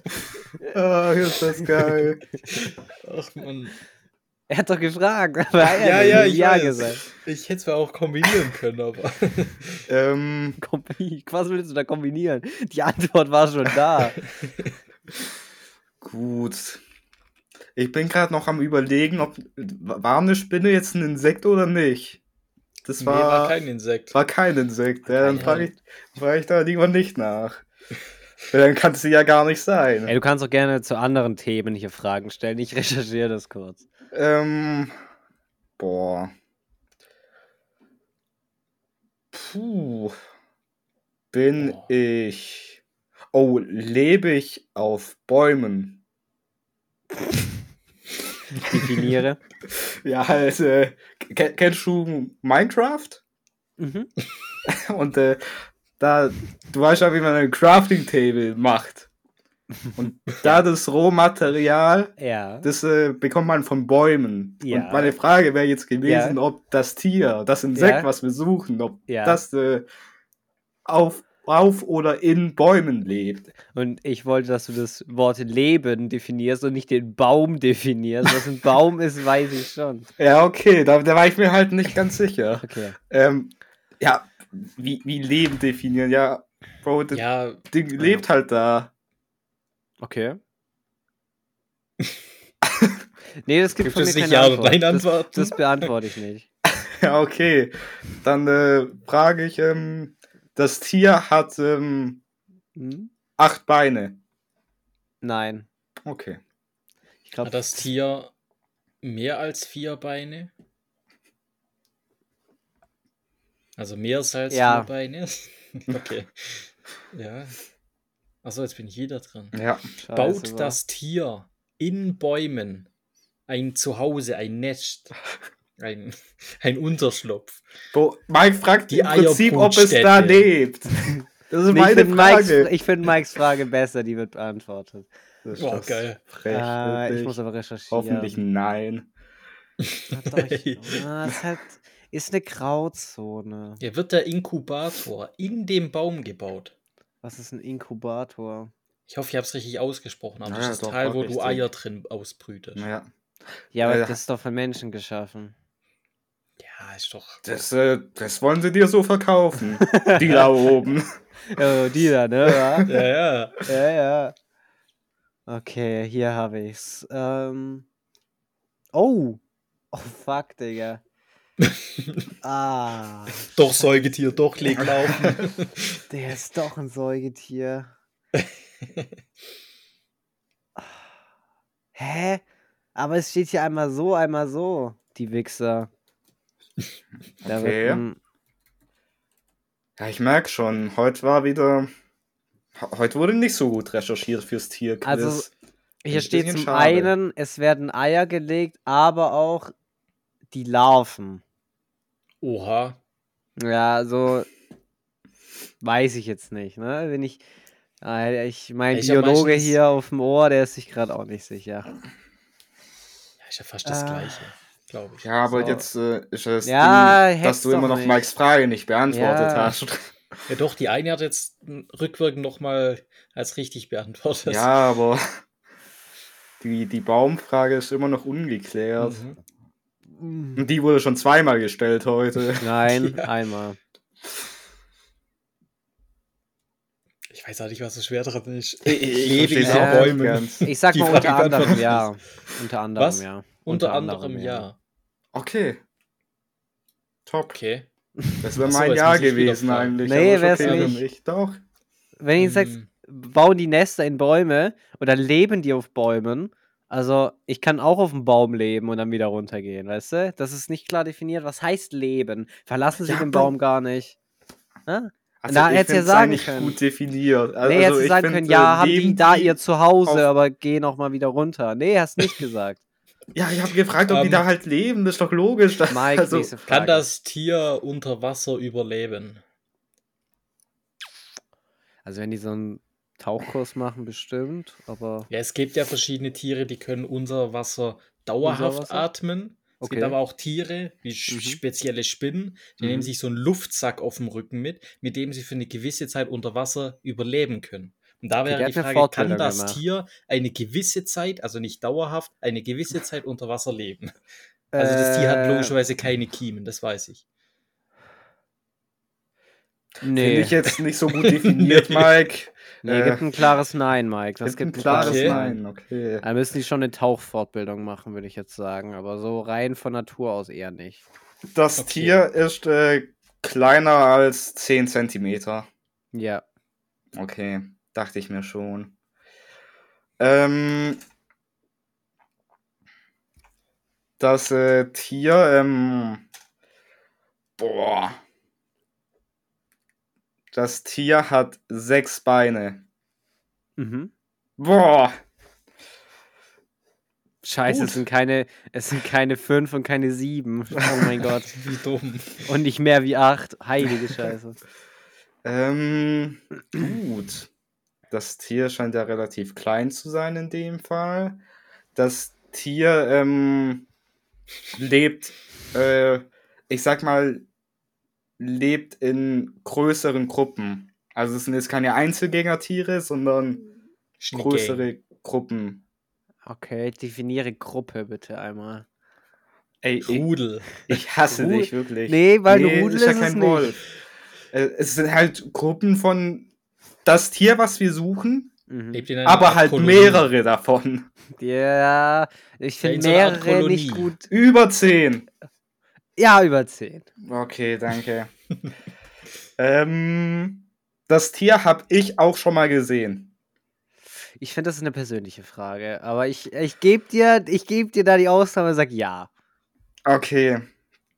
Oh, ist das geil.
Ach man.
Er hat doch gefragt. ob er Eier
Ja,
legt.
ja, ich
ja
weiß.
gesagt.
Ich hätte es mir auch kombinieren können, aber.
ähm,
Kom- Was willst du da kombinieren? Die Antwort war schon da.
gut. Ich bin gerade noch am überlegen, ob war eine Spinne jetzt ein Insekt oder nicht. Das
Nee,
war,
war kein Insekt.
War kein Insekt. Ja, dann
kein
frage ich, frag ich da lieber nicht nach. Weil dann kann sie ja gar nicht sein.
Ey, du kannst auch gerne zu anderen Themen hier Fragen stellen. Ich recherchiere das kurz.
Ähm, boah. Puh. Bin
Boah.
ich. Oh, lebe ich auf Bäumen?
Definiere.
Ja, halt, äh, ke- kennst du Minecraft?
mhm.
Und äh, da, du weißt ja, wie man ein Crafting Table macht. Und da das Rohmaterial
Ja.
Das äh, bekommt man von Bäumen.
Ja.
Und meine Frage wäre jetzt gewesen, ob das Tier, das Insekt,
Ja.
was wir suchen, ob
Ja.
das äh, auf, auf oder in Bäumen lebt.
Und ich wollte, dass du das Wort Leben definierst und nicht den Baum definierst. Was ein Baum ist, weiß ich schon.
Ja, okay, da, da war ich mir halt nicht ganz sicher.
Okay.
Ähm, ja, wie, wie Leben definieren? Ja, Bro, das
Ja,
Ding lebt halt da.
Okay. nee, das gibt,
gibt
von
es
mir keine
nicht Ja
Antwort.
oder Nein
Das,
Antworten?
das beantworte ich nicht.
Ja, okay. Dann äh, frage ich, ähm, das Tier hat ähm,
Hm?
acht Beine.
Nein.
Okay.
Ich glaube,
Hat Ah, das Tier mehr als vier Beine? Also mehr als
Ja.
vier Beine? okay. Ja. Achso, jetzt bin ich wieder dran.
Ja.
Baut das Tier in Bäumen ein Zuhause, ein Nest, ein, ein Unterschlupf?
Bo Mike fragt
Die
im Prinzip, ob es
Eierbrutstätte.
da lebt. Das ist
Nee, ich
meine
finde Mikes,
Frage.
ich find Mikes Frage besser, die wird beantwortet.
Das ist
Oh,
das
geil.
Frech,
Äh, ich
wirklich.
muss aber recherchieren.
Hoffentlich nein.
Hat doch ich- Ah, es hat, ist eine Grauzone.
Ja, wird der Inkubator in dem Baum gebaut?
Was ist ein Inkubator?
Ich hoffe, ich habe es richtig ausgesprochen, aber
Ja,
das ist das
doch,
Teil, wo
richtig.
du Eier drin ausbrütest.
Ja.
Ja, aber
Äh,
das ist doch von Menschen geschaffen.
Ja, ist doch.
Das, äh, das wollen sie dir so verkaufen. Die da oben.
Oh, die da, ne?
Ja, ja.
Ja, ja. ja. Okay, hier habe ich's. Ähm. Oh! Oh, fuck, Digga. ah,
Doch Säugetier, doch leg laufen.
der ist doch ein Säugetier. Hä? Aber es steht hier einmal so, einmal so. Die Wichser. Da
Okay.
wird ein-
Ja, ich merke schon, heute war wieder. He- Heute wurde nicht so gut recherchiert fürs Tier.
Also, Hier
Ein
steht
bisschen
zum
schade.
einen, es werden Eier gelegt, aber auch die Larven.
Oha.
Ja, so weiß ich jetzt nicht, ne? Wenn ich. Ah, Ich mein
Ich hab
Biologe
meistens-
hier auf dem Ohr, der ist sich gerade auch nicht sicher.
Ja, ist ja fast das
Ah.
Gleiche, glaube ich.
ja, aber
so.
jetzt äh, ist das
Ja,
Ding, dass
hätt's
du immer
doch
noch
nicht.
Mikes Frage nicht beantwortet
Ja.
hast.
Ja, doch, die eine hat jetzt m, rückwirkend nochmal als richtig beantwortet.
Ja, aber die, die Baumfrage ist immer noch ungeklärt.
Mhm.
Und die wurde schon zweimal gestellt heute.
Nein,
Ja.
einmal.
Ich weiß auch nicht, was so schwer dran ist.
versteh's
Leben
auch
nach
nicht ganz.
Ich sag
Die
mal
Frage
unter anderem,
beantwortet
ja. Unter anderem,
Was?
ja.
Unter anderem ja.
Okay. Top.
Okay.
Das wäre
Ach so,
mein
jetzt
Jahr
muss ich wieder
gewesen
fragen.
eigentlich.
Nee,
aber
wär's
ist
nicht.
Doch.
Wenn du jetzt sagst,
Hm.
bauen die Nester in Bäume oder leben die auf Bäumen, also ich kann auch auf einem Baum leben und dann wieder runtergehen, weißt du? Das ist nicht klar definiert. Was heißt leben? Verlassen sie
Ja,
den
aber-
Baum gar nicht.
Also
Na,
ich
hättest ja
find's
sagen
eigentlich
können.
gut definiert. Also,
nee, hättest du
ich
sagen
find,
können,
äh,
ja, haben
leben
die da ihr Zuhause,
auf-
aber gehen auch mal wieder runter. Nee, hast nicht gesagt.
Ja, ich habe gefragt, ob die
Ähm,
da halt leben. Das ist doch logisch. dass-
Mike,
also,
nächste Frage.
Kann das Tier unter Wasser überleben?
Also wenn die so einen Tauchkurs machen, bestimmt, aber
Ja, es gibt ja verschiedene Tiere, die können unter Wasser dauerhaft
Unter Wasser?
atmen. Es
Okay.
gibt aber auch Tiere, wie sch-
Mhm.
spezielle Spinnen, die
Mhm.
nehmen sich so einen Luftsack auf dem Rücken mit, mit dem sie für eine gewisse Zeit unter Wasser überleben können. Und da
der
wäre die
hat eine
Frage, kann
Fortbildung
das
gemacht.
Tier eine gewisse Zeit, also nicht dauerhaft, eine gewisse Zeit unter Wasser leben? Also das Tier hat
Äh,
logischerweise keine Kiemen, das weiß ich.
Nee,
Finde ich jetzt nicht so gut definiert,
Nee.
Mike.
nee
äh,
gibt ein klares Nein, Mike. Das
Das
gibt
gibt ein klares
klares
Nein. Okay.
Da müssen die schon eine Tauchfortbildung machen, würde ich jetzt sagen. Aber so rein von Natur aus eher nicht.
Das
Okay.
Tier ist äh, kleiner als 10 Zentimeter.
Ja.
Okay, dachte ich mir schon. Ähm, das äh, Tier, ähm, boah. Das Tier hat sechs Beine.
Mhm.
Boah.
Scheiße,
Gut.
es sind, keine, es sind keine fünf und keine sieben. Oh mein Gott.
Wie dumm.
Und nicht mehr wie acht. Heilige Scheiße.
Ähm, gut. Das Tier scheint ja relativ klein zu sein in dem Fall. Das Tier ähm, lebt, äh, ich sag mal, lebt in größeren Gruppen. Also es sind jetzt keine Einzelgängertiere, sondern
Ist eine Gang.
größere Gruppen.
Okay, definiere Gruppe bitte einmal.
Ey,
E-
ich,
Rudel.
ich hasse
Ru-
dich wirklich.
Nee, weil
Nee,
Rudel
ist ja
ist es
kein
nicht.
Wolf. Äh, Es sind halt Gruppen von das Tier, was wir suchen,
Mhm.
Lebt in einer
Aber
Art
halt
Kolonie.
mehrere davon.
Ja, ich
Ja,
finde
in so einer Art
mehrere nicht
Kolonie.
gut.
Über zehn.
Ja, über zehn.
Okay, danke. ähm, das Tier habe ich auch schon mal gesehen.
Ich finde, das ist eine persönliche Frage. Aber ich, ich gebe dir, ich geb dir da die Ausnahme und sag ja.
Okay,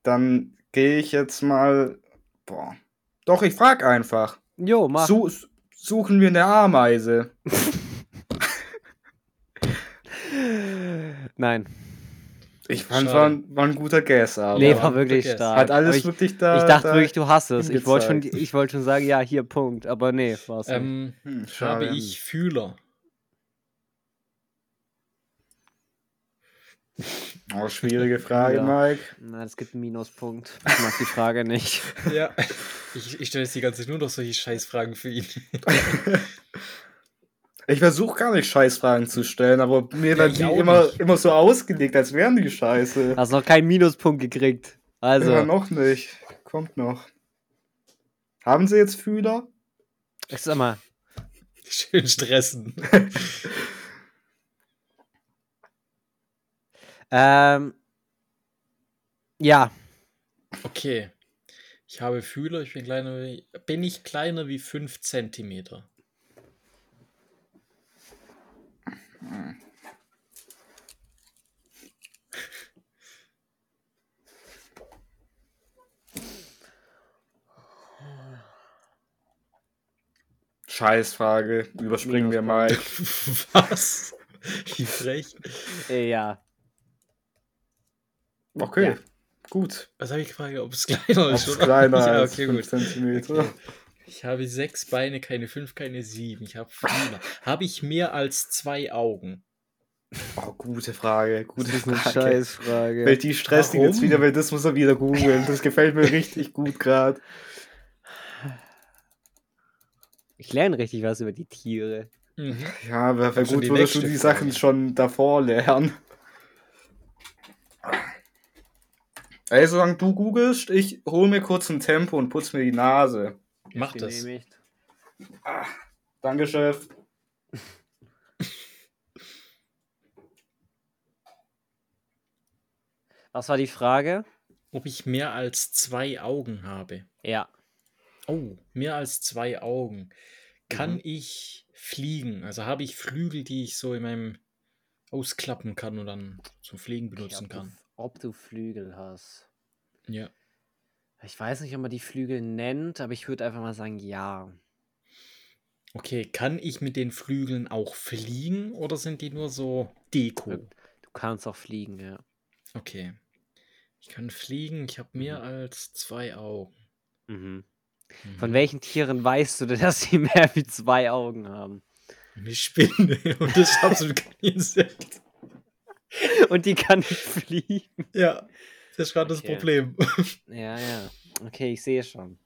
dann gehe ich jetzt mal. Boah. Doch, ich frag einfach.
Jo, mach.
Su suchen wir eine Ameise?
Nein.
Ich fand,
Schade.
war, ein- war ein guter Guess, aber.
nee,
aber
war wirklich
vergessen.
stark.
hat
Aber
alles
ich,
wirklich da.
ich dachte
da,
wirklich, du hast es. Ich wollte schon,
hingezeigt.
ich wollte schon sagen, ja, hier, Punkt. Aber nee, war's nicht.
Ähm,
Hm,
habe
schade.
ich Fühler.
Oh, schwierige Frage,
Ja.
Mike.
Na, das gibt einen Minuspunkt. Ich mag die Frage nicht.
Ja, ich, ich stelle jetzt die ganze Zeit nur noch solche Scheißfragen für ihn.
Ich versuche gar nicht Scheißfragen zu stellen, aber mir werden
ich
die
auch
immer,
nicht.
immer so ausgelegt, als wären die Scheiße.
Hast noch keinen Minuspunkt gekriegt. Also,
Ja, noch nicht. Kommt noch. Haben sie jetzt Fühler?
ich sag mal,
Schön stressen.
ähm, ja,
Okay. Ich habe Fühler, ich bin kleiner wie, bin ich kleiner wie 5 Zentimeter.
Scheißfrage. Überspringen wir mal.
Was? Wie frech.
äh, ja.
Okay,
Ja.
gut.
Was habe ich gefragt, ob es kleiner
Ob
ist?
es
oder?
kleiner
ja,
als
okay,
fünf
gut.
Zentimeter.
Okay. Ich habe sechs Beine, keine fünf, keine sieben. Ich habe Fühler. habe ich mehr als zwei Augen?
Oh, gute Frage. Gute
Das ist eine
Frage.
Scheißfrage.
Weil die stresst ihn jetzt
Warum?
wieder, weil das muss er wieder googeln. Das gefällt mir richtig gut gerade.
Ich lerne richtig was über die Tiere.
Mhm.
Ja, aber wäre
schon
gut,
die
würdest du
nächste
die
Frage.
Sachen schon davor lernen. Ey, solange du googelst, ich hol mir kurz ein Tempo und putz mir die Nase.
Mach das.
Genehmigt.
Danke, Chef.
Was war die Frage?
Ob ich mehr als zwei Augen habe.
Ja.
Oh, mehr als zwei Augen. Kann
Mhm.
ich fliegen? Also habe ich Flügel, die ich so in meinem ausklappen kann und dann zum Fliegen benutzen
ob, du,
kann.
ob du Flügel hast.
Ja.
Ich weiß nicht, ob man die Flügel nennt, aber ich würde einfach mal sagen, ja.
Okay, kann ich mit den Flügeln auch fliegen oder sind die nur so Deko?
Du kannst auch fliegen, ja.
Okay. Ich kann fliegen, ich habe mehr als zwei Augen.
Mhm.
Mhm.
Von welchen Tieren weißt du denn, dass sie mehr wie zwei Augen haben?
Eine Spinne und das ist absolut kein Insekt.
Und die kann nicht fliegen.
Ja, das ist gerade
Okay.
das Problem.
Ja, ja. Okay, ich sehe schon.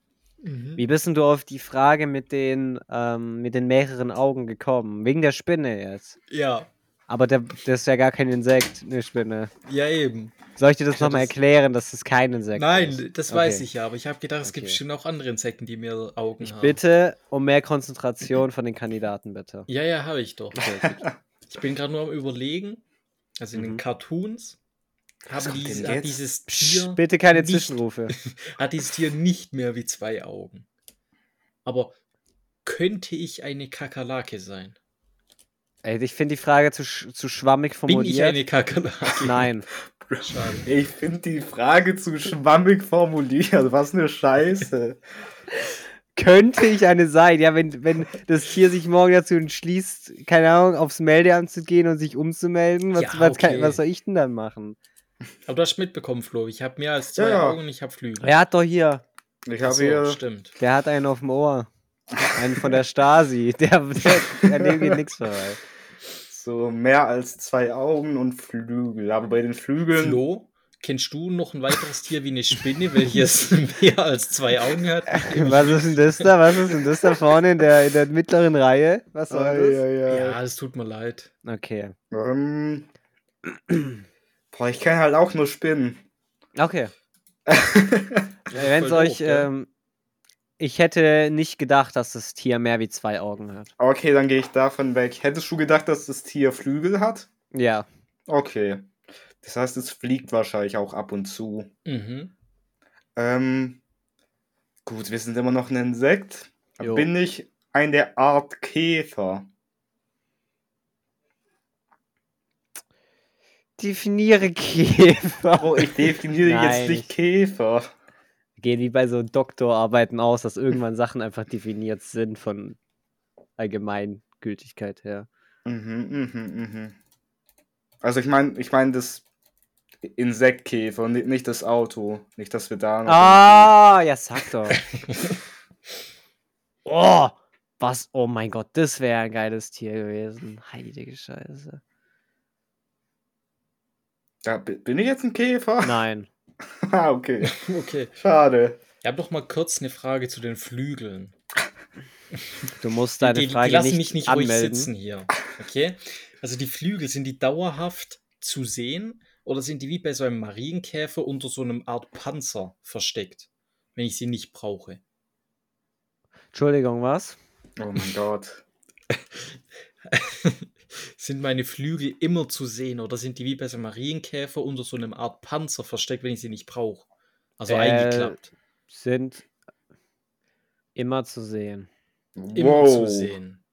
Mhm.
Wie bist denn du auf die Frage mit den, ähm, mit den mehreren Augen gekommen? Wegen der Spinne jetzt.
Ja,
Aber der, das ist ja gar kein Insekt, eine Spinne.
ja eben.
Soll ich dir das
Ja,
nochmal
das-
erklären, dass das kein Insekt ist?
Nein, das weiß
Okay.
ich ja, aber ich habe gedacht, es gibt
Okay.
bestimmt auch andere Insekten, die mehr Augen
Ich
haben.
bitte um mehr Konzentration von den Kandidaten, bitte.
Ja, ja, habe ich doch. ich bin gerade nur am Überlegen. Also in
Mhm.
den Cartoons haben
kommt
diese,
denn
hat
jetzt?
dieses
Psch,
Tier
bitte keine
nicht-
Zwischenrufe.
hat dieses Tier nicht mehr wie zwei Augen. Aber könnte ich eine Kakerlake sein?
Ey, ich finde die Frage zu, sch zu schwammig
Bin ich
formuliert.
eine Kakerlake?
Nein.
Schade.
Ich finde die Frage zu schwammig formuliert. Was eine Scheiße.
Könnte ich eine sein? Ja, wenn, wenn das Tier sich morgen dazu entschließt, keine Ahnung, aufs Meldeamt zu gehen und sich umzumelden, was,
Ja,
was, kann,
okay.
was soll ich denn dann machen?
Aber du hast mitbekommen, Flo. Ich habe mehr als zwei
Ja, ja.
Augen und ich habe Flügel.
Er hat doch hier,
Ich habe
Ach so,
hier.
Stimmt.
der hat einen auf dem Ohr. Einen von der Stasi. Der, der, an dem geht nichts vorbei.
So mehr als zwei Augen und Flügel. Aber bei den Flügeln.
Flo, kennst du noch ein weiteres Tier wie eine Spinne, welches mehr als zwei Augen hat?
Was ist denn das da? Was ist denn das da vorne in der, in der mittleren Reihe? Was soll
Ei,
das?
ei, ei.
Ja, es tut mir leid.
Okay.
Ähm, boah, ich kann halt auch nur spinnen.
Okay.
Das ist
Wenn es
voll doof,
euch.
gell?
ähm, ich hätte nicht gedacht, dass das Tier mehr wie zwei Augen hat.
Okay, dann gehe ich davon weg. Hättest du gedacht, dass das Tier Flügel hat?
Ja.
Okay. Das heißt, es fliegt wahrscheinlich auch ab und zu.
mhm.
Ähm, gut, wir sind immer noch ein Insekt. Dann
Jo.
Bin ich ein der Art Käfer?
Definiere Käfer.
Oh, ich definiere
Nein,
jetzt nicht Käfer.
Gehen wie bei so Doktorarbeiten aus, dass irgendwann Sachen einfach definiert sind von Allgemeingültigkeit her.
Mhm, mhm, mhm. Also ich meine, ich meine das Insektkäfer und nicht das Auto. Nicht, dass wir da noch
Ah, ja, sag doch. oh, was? Oh mein Gott, das wäre ein geiles Tier gewesen. Heilige Scheiße.
Da bi- bin ich jetzt ein Käfer?
Nein.
ah, okay.
Okay.
Schade.
Ich habe noch mal kurz eine Frage zu den Flügeln.
Du musst deine
die, die,
Frage
die lassen
nicht,
mich nicht ruhig
anmelden.
sitzen hier. Okay? Also die Flügel, sind die dauerhaft zu sehen oder sind die wie bei so einem Marienkäfer unter so einem Art Panzer versteckt, wenn ich sie nicht brauche?
Entschuldigung, was?
Oh mein Gott.
sind meine Flügel immer zu sehen oder sind die wie bei so einem Marienkäfer unter so einem Art Panzer versteckt, wenn ich sie nicht brauche? Also
Äh,
eingeklappt.
Sind immer zu sehen.
Immer
wow.
zu sehen.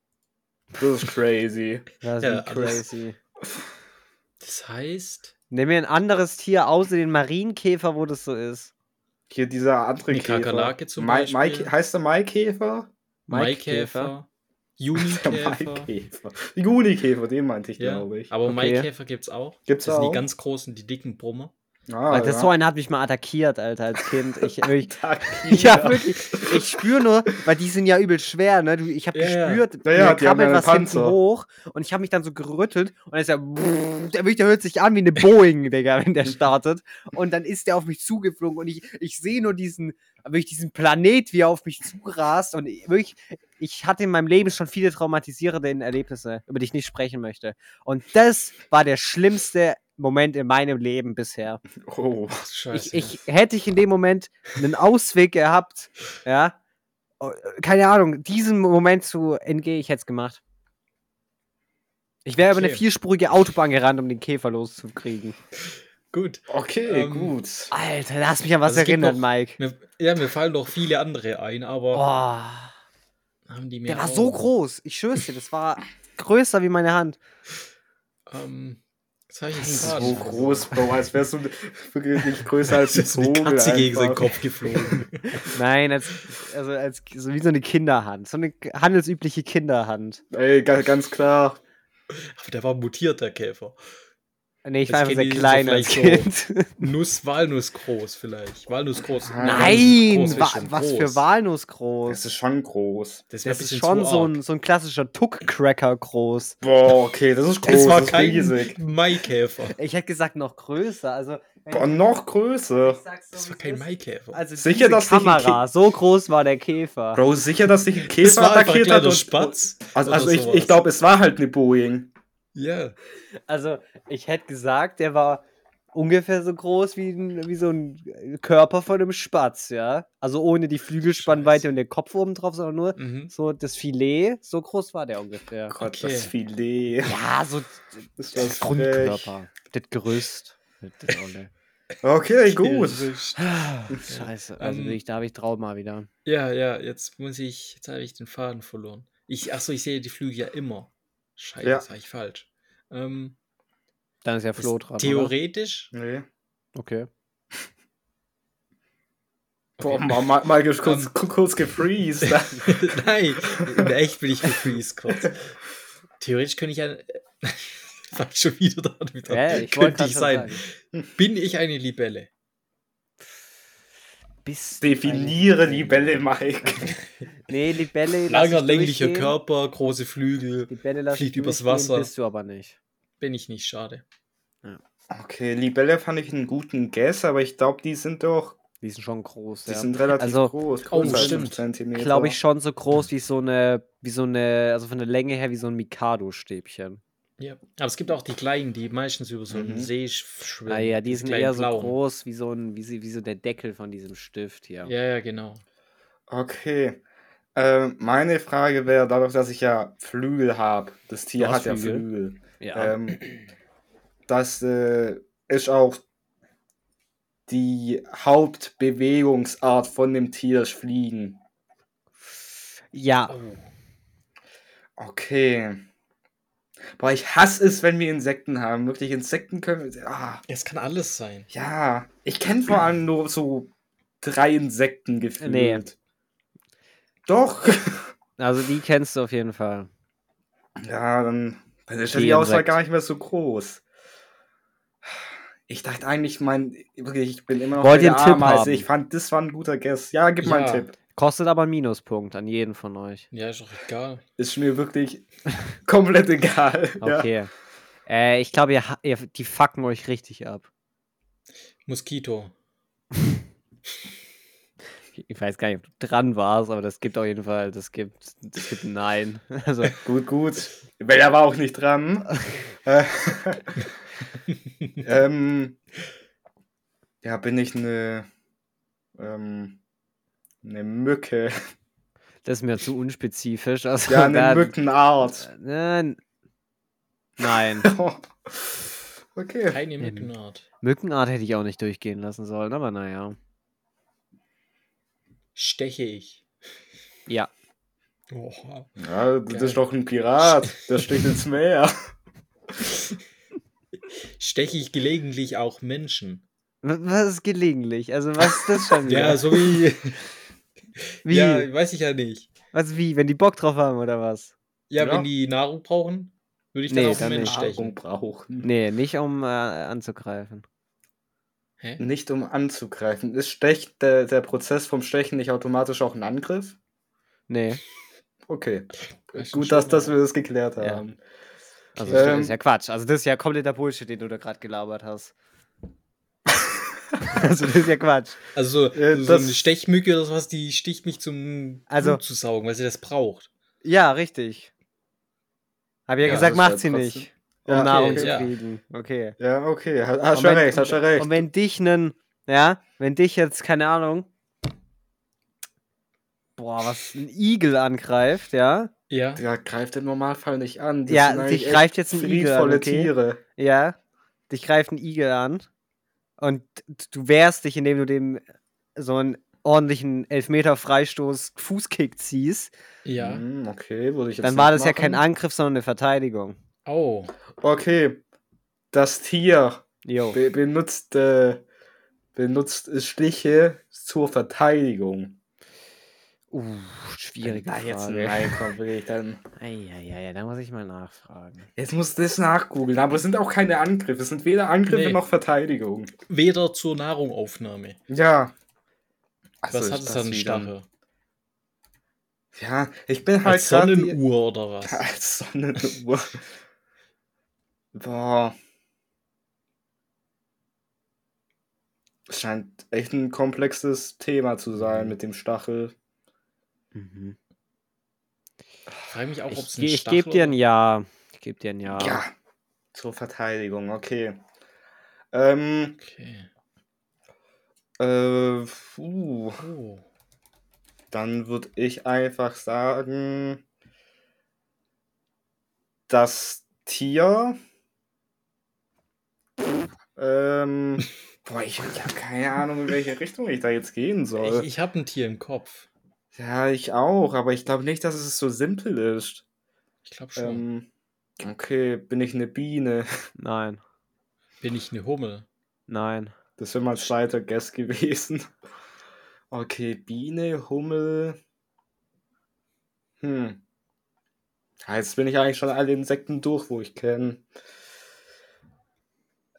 Das ist crazy.
Das ist
Ja, also alles-
crazy.
Das heißt,
Nimm mir ein anderes Tier außer den Marienkäfer, wo das so ist.
Hier dieser andere
Eine
Käfer.
Kakerlake zum
Mai, Mai,
Beispiel.
heißt der Maikäfer?
Maikäfer,
Der
Junikäfer.
Maikäfer. Junikäfer, den meinte ich,
Ja,
glaube ich.
aber
Okay.
Maikäfer gibt's auch.
Gibt's
das sind
auch?
die ganz großen, die dicken Brummer.
Ah,
Alter, so einer hat mich mal attackiert, Alter, als Kind. Ich, ich,
Taki-
ich hab wirklich, ich spüre nur, weil die sind ja übel schwer, ne? Du, ich habe
Ja, ja.
gespürt,
Ja, ja,
mir
die haben
kam
ja einen
etwas hinten
Panzer.
hoch und ich habe mich dann so gerüttelt und dann ist er, der, wirklich- der hört sich an wie eine Boeing, Digga, wenn der startet. Und dann ist der auf mich zugeflogen und ich, ich sehe nur diesen, wirklich diesen Planet, wie er auf mich zurast und ich, wirklich, ich hatte in meinem Leben schon viele traumatisierende Erlebnisse, über die ich nicht sprechen möchte. Und das war der schlimmste Moment in meinem Leben bisher.
Oh.
Ach, scheiße.
Ich, ich hätte ich in dem Moment einen Ausweg gehabt, ja. oh, keine Ahnung, diesen Moment zu entgehen, ich hätte es gemacht. Ich wäre über eine
Okay.
vierspurige Autobahn gerannt, um den Käfer loszukriegen.
Gut.
Okay,
Ähm,
gut.
Alter, lass mich an was
Also es gibt
erinnern,
noch-
Mike.
Mir, ja, mir fallen noch viele andere ein, aber
Oh,
haben die mir.
der war
auch-
so groß. Ich schwör's dir, das war größer wie meine Hand.
Ähm, jetzt hab ich
Das
einen
ist
Faden
so
verloren.
groß, Bro, als wärst du wirklich nicht größer
halt
als
Es
ein
ist eine
Vogel.
Katze gegen seinen
einfach.
Kopf geflogen.
Nein, als, also als so wie so eine Kinderhand. So eine handelsübliche Kinderhand.
Ey, ga- ganz klar.
Aber der war mutiert, der Käfer.
Nee, ich
Jetzt
war einfach
kennen
sehr
die so
klein als
vielleicht
Kind.
Nuss, Walnuss groß vielleicht. Walnuss groß.
Ah, Nein,
Walnuss groß
wa
ist schon
was
groß.
für Walnuss
Das
groß.
ist schon groß.
Das, wär
Das
ein
ist
bisschen
schon
zu
so
arg.
ein, so ein klassischer Tuck-Cracker groß.
Boah, okay, das ist groß.
Es war
das ist
kein
riesig.
Maikäfer.
Ich hätte gesagt, noch größer. Also, wenn
Boah, noch größer.
ich sag's so,
Das war
wie's
kein
ist.
Maikäfer.
Also
Sicher,
diese
dass nicht ein
Kamera, so groß war der Käfer.
Bro, sicher, dass dich ein
das
Käfer
war einfach ein
attackiert hat.
kleiner
Und,
Spatz.
also, also
oder
ich,
sowas.
ich glaube, es war halt eine Boeing.
Ja.
Also, ich hätte gesagt, der war ungefähr so groß wie, ein, wie so ein Körper von einem Spatz, ja? Also ohne die Flügelspannweite
Scheiße.
und den Kopf oben drauf, sondern nur
Mhm.
so das Filet. So groß war der ungefähr.
Oh Gott,
Okay.
das Filet.
Ja, so
Ist
das
das
Grundkörper. Das Gerüst. Das Olle.
frech. Okay, gut.
Scheiße. Also
Ähm,
bin ich, da habe ich Trauma wieder.
Ja, ja, jetzt muss ich, jetzt habe ich den Faden verloren. Ich, achso, ich sehe die Flüge ja immer. Scheiße,
Ja.
das habe ich falsch. Ähm,
Dann ist ja Flo
ist
dran.
theoretisch.
Nee.
Oder? Okay.
Boah,
Okay.
mal, mal, mal kurz,
Ähm.
kurz, kurz gefreezed.
Nein, in echt bin ich gefreezed kurz. Theoretisch könnte ich ja. Fang schon wieder daran wieder.
Ja, ich wollte
könnte
gerade
ich
schon
sein.
sagen.
Bin ich eine Libelle?
Bist du
Definiere
eine-
die Bälle, Mike.
Nee, Libelle. lass
Langer,
ich
länglicher
durchgehen.
Körper, große Flügel.
Libelle lass
fliegt
ich
übers
durchgehen,
Wasser.
Bist du aber nicht.
Bin ich nicht, schade.
Okay, Libelle fand ich einen guten Guess, aber ich glaube, die sind doch.
Die sind schon groß.
Die
ja.
sind relativ
Also,
groß.
oh,
größer als
stimmt.
fünf Zentimeter.
Glaube ich schon so groß wie so eine, wie so eine, also von der Länge her wie so ein Mikado-Stäbchen.
Ja. Aber es gibt auch die kleinen, die meistens über so einen
Mhm.
See sch- schwimmen.
Ah ja, die
diese
sind
kleinen
eher so
blauen.
groß wie so ein, wie, sie, wie so der Deckel von diesem Stift hier.
Ja, ja, genau.
Okay. Ähm, meine Frage wäre, dadurch, dass ich ja Flügel habe, das Tier
Du
hat
hast
ja
Flügel?
Flügel,
Ja.
ähm, das äh, ist auch die Hauptbewegungsart von dem Tier, ist Fliegen.
ja.
Oh.
Okay. Boah, ich hasse es, wenn wir Insekten haben. Wirklich, Insekten können. Ah,
Es kann alles sein.
ja. Ich kenne vor allem nur so drei Insekten gefühlt.
Nee.
Doch.
Also die kennst du auf jeden Fall.
Ja, dann, dann ist ja
Die
die Auswahl
Insekt.
gar nicht mehr so groß. Ich dachte eigentlich, mein, wirklich, ich bin immer noch
Wollt
bei
ihr
der
einen Tipp
Ameise.
haben?
Ich fand, das war ein guter Guess. Ja, gib mal einen
Ja.
Tipp.
Kostet aber einen Minuspunkt an jeden von euch.
Ja, ist doch egal.
Ist mir wirklich komplett egal. Ja.
Okay. Äh, ich glaube, ihr, ha- ihr, die fucken euch richtig ab.
Moskito.
Ich weiß gar nicht, ob du dran warst, aber das gibt auf jeden Fall, das gibt, das gibt ein Nein. Also,
Gut, gut. Bella war auch nicht dran. Äh, ähm, ja, bin ich eine, ähm, eine Mücke.
das ist mir zu unspezifisch. Also,
Ja, eine
da-
Mückenart.
Äh, Nein.
okay.
Keine
Mhm.
Mückenart.
Mückenart hätte ich auch nicht durchgehen lassen sollen, aber naja.
Steche ich.
Ja.
Oha.
Ja, das
Geil.
ist doch ein Pirat. Der sticht ins Meer.
Steche ich gelegentlich auch Menschen?
W- Was ist gelegentlich? Also, was ist das schon
Ja,
wieder?
so wie.
Wie?
Ja, weiß ich ja nicht.
Was wie? Wenn die Bock drauf haben oder was?
Ja,
Ja.
wenn die Nahrung brauchen, würde ich dann
Nee,
auf
dann
einen Menschen
nicht.
stechen.
brauchen.
Nee, nicht um äh, anzugreifen.
Hä?
Nicht um anzugreifen. Ist Stech, der, der Prozess vom Stechen nicht automatisch auch ein Angriff?
Nee.
Okay.
Weiß
Gut,
schon,
dass, dass
aber-
wir das geklärt
Ja.
haben.
Also,
Okay.
das
Ähm.
ist ja Quatsch. Also, das ist ja kompletter Bullshit, den du da gerade gelabert hast. also, das ist ja Quatsch.
Also, so,
Äh,
so
das-
eine Stechmücke oder sowas, die sticht mich zum
Also-
Blut zu saugen, weil sie das braucht.
Ja, richtig. Hab ja,
Ja, das
gesagt,
ist ja
macht sie
trotzdem-
nicht, um
Ja, okay,
Nahrung zu
ja.
kriegen. Okay.
Ja, okay. Ha- Hast
Und
schon
wenn-
recht, hast schon recht.
Und wenn dich nen, ja, wenn dich jetzt, keine Ahnung, boah, was ein Igel angreift, ja?
Ja.
Der greift im Normalfall nicht an.
Ja,
sind
dich
eigentlich
greift
echt
jetzt ein Igel an,
friedvolle
okay?
Tiere.
Ja. Dich greift ein Igel an und d- du wehrst dich, indem du dem so einen ordentlichen Elfmeter-Freistoß Fußkick ziehst.
Ja.
Hm, okay, würde ich jetzt
Dann war
nicht
das ja kein
machen.
Angriff, sondern eine Verteidigung.
Oh.
Okay, das Tier
Jo.
be benutzt, äh, benutzt Stiche zur Verteidigung.
Uh, schwierige
Wenn da jetzt ein
Frage.
reinkommt, wirklich, dann.
Eieiei, da muss ich mal nachfragen.
Jetzt musst du das nachgoogeln, aber es sind auch keine Angriffe. Es sind weder Angriffe
Nee.
noch Verteidigung.
Weder zur Nahrungaufnahme.
Ja.
was
Also ist
hat es
das
an
wieder-
Stachel?
Ja, ich bin halt
Als
gerade die-
Sonnenuhr oder was?
Als Sonnenuhr. Boah. Es scheint echt ein komplexes Thema zu sein mit dem Stachel.
Mhm.
Ich frage mich auch, ob es
Ich,
ein
ge- ich
Stachel
gebe dir ein
oder-
Ja. Ich gebe dir ein Ja.
Ja. Zur Verteidigung, okay. Ähm,
Okay.
äh, puh,
Oh.
dann würde ich einfach sagen, das Tier. Ähm, boah, ich, ich habe keine Ahnung, in welche Richtung ich da jetzt gehen soll.
Ich, ich habe ein Tier im Kopf.
Ja, ich auch, aber ich glaube nicht, dass es so simpel ist.
Ich glaube schon.
Ähm, okay, bin ich eine Biene?
Nein.
Bin ich eine Hummel?
Nein.
Das wäre mal ein zweiter Guess gewesen. Okay, Biene, Hummel. Hm. Ja, Jetzt bin ich eigentlich schon alle Insekten durch, wo ich kenne.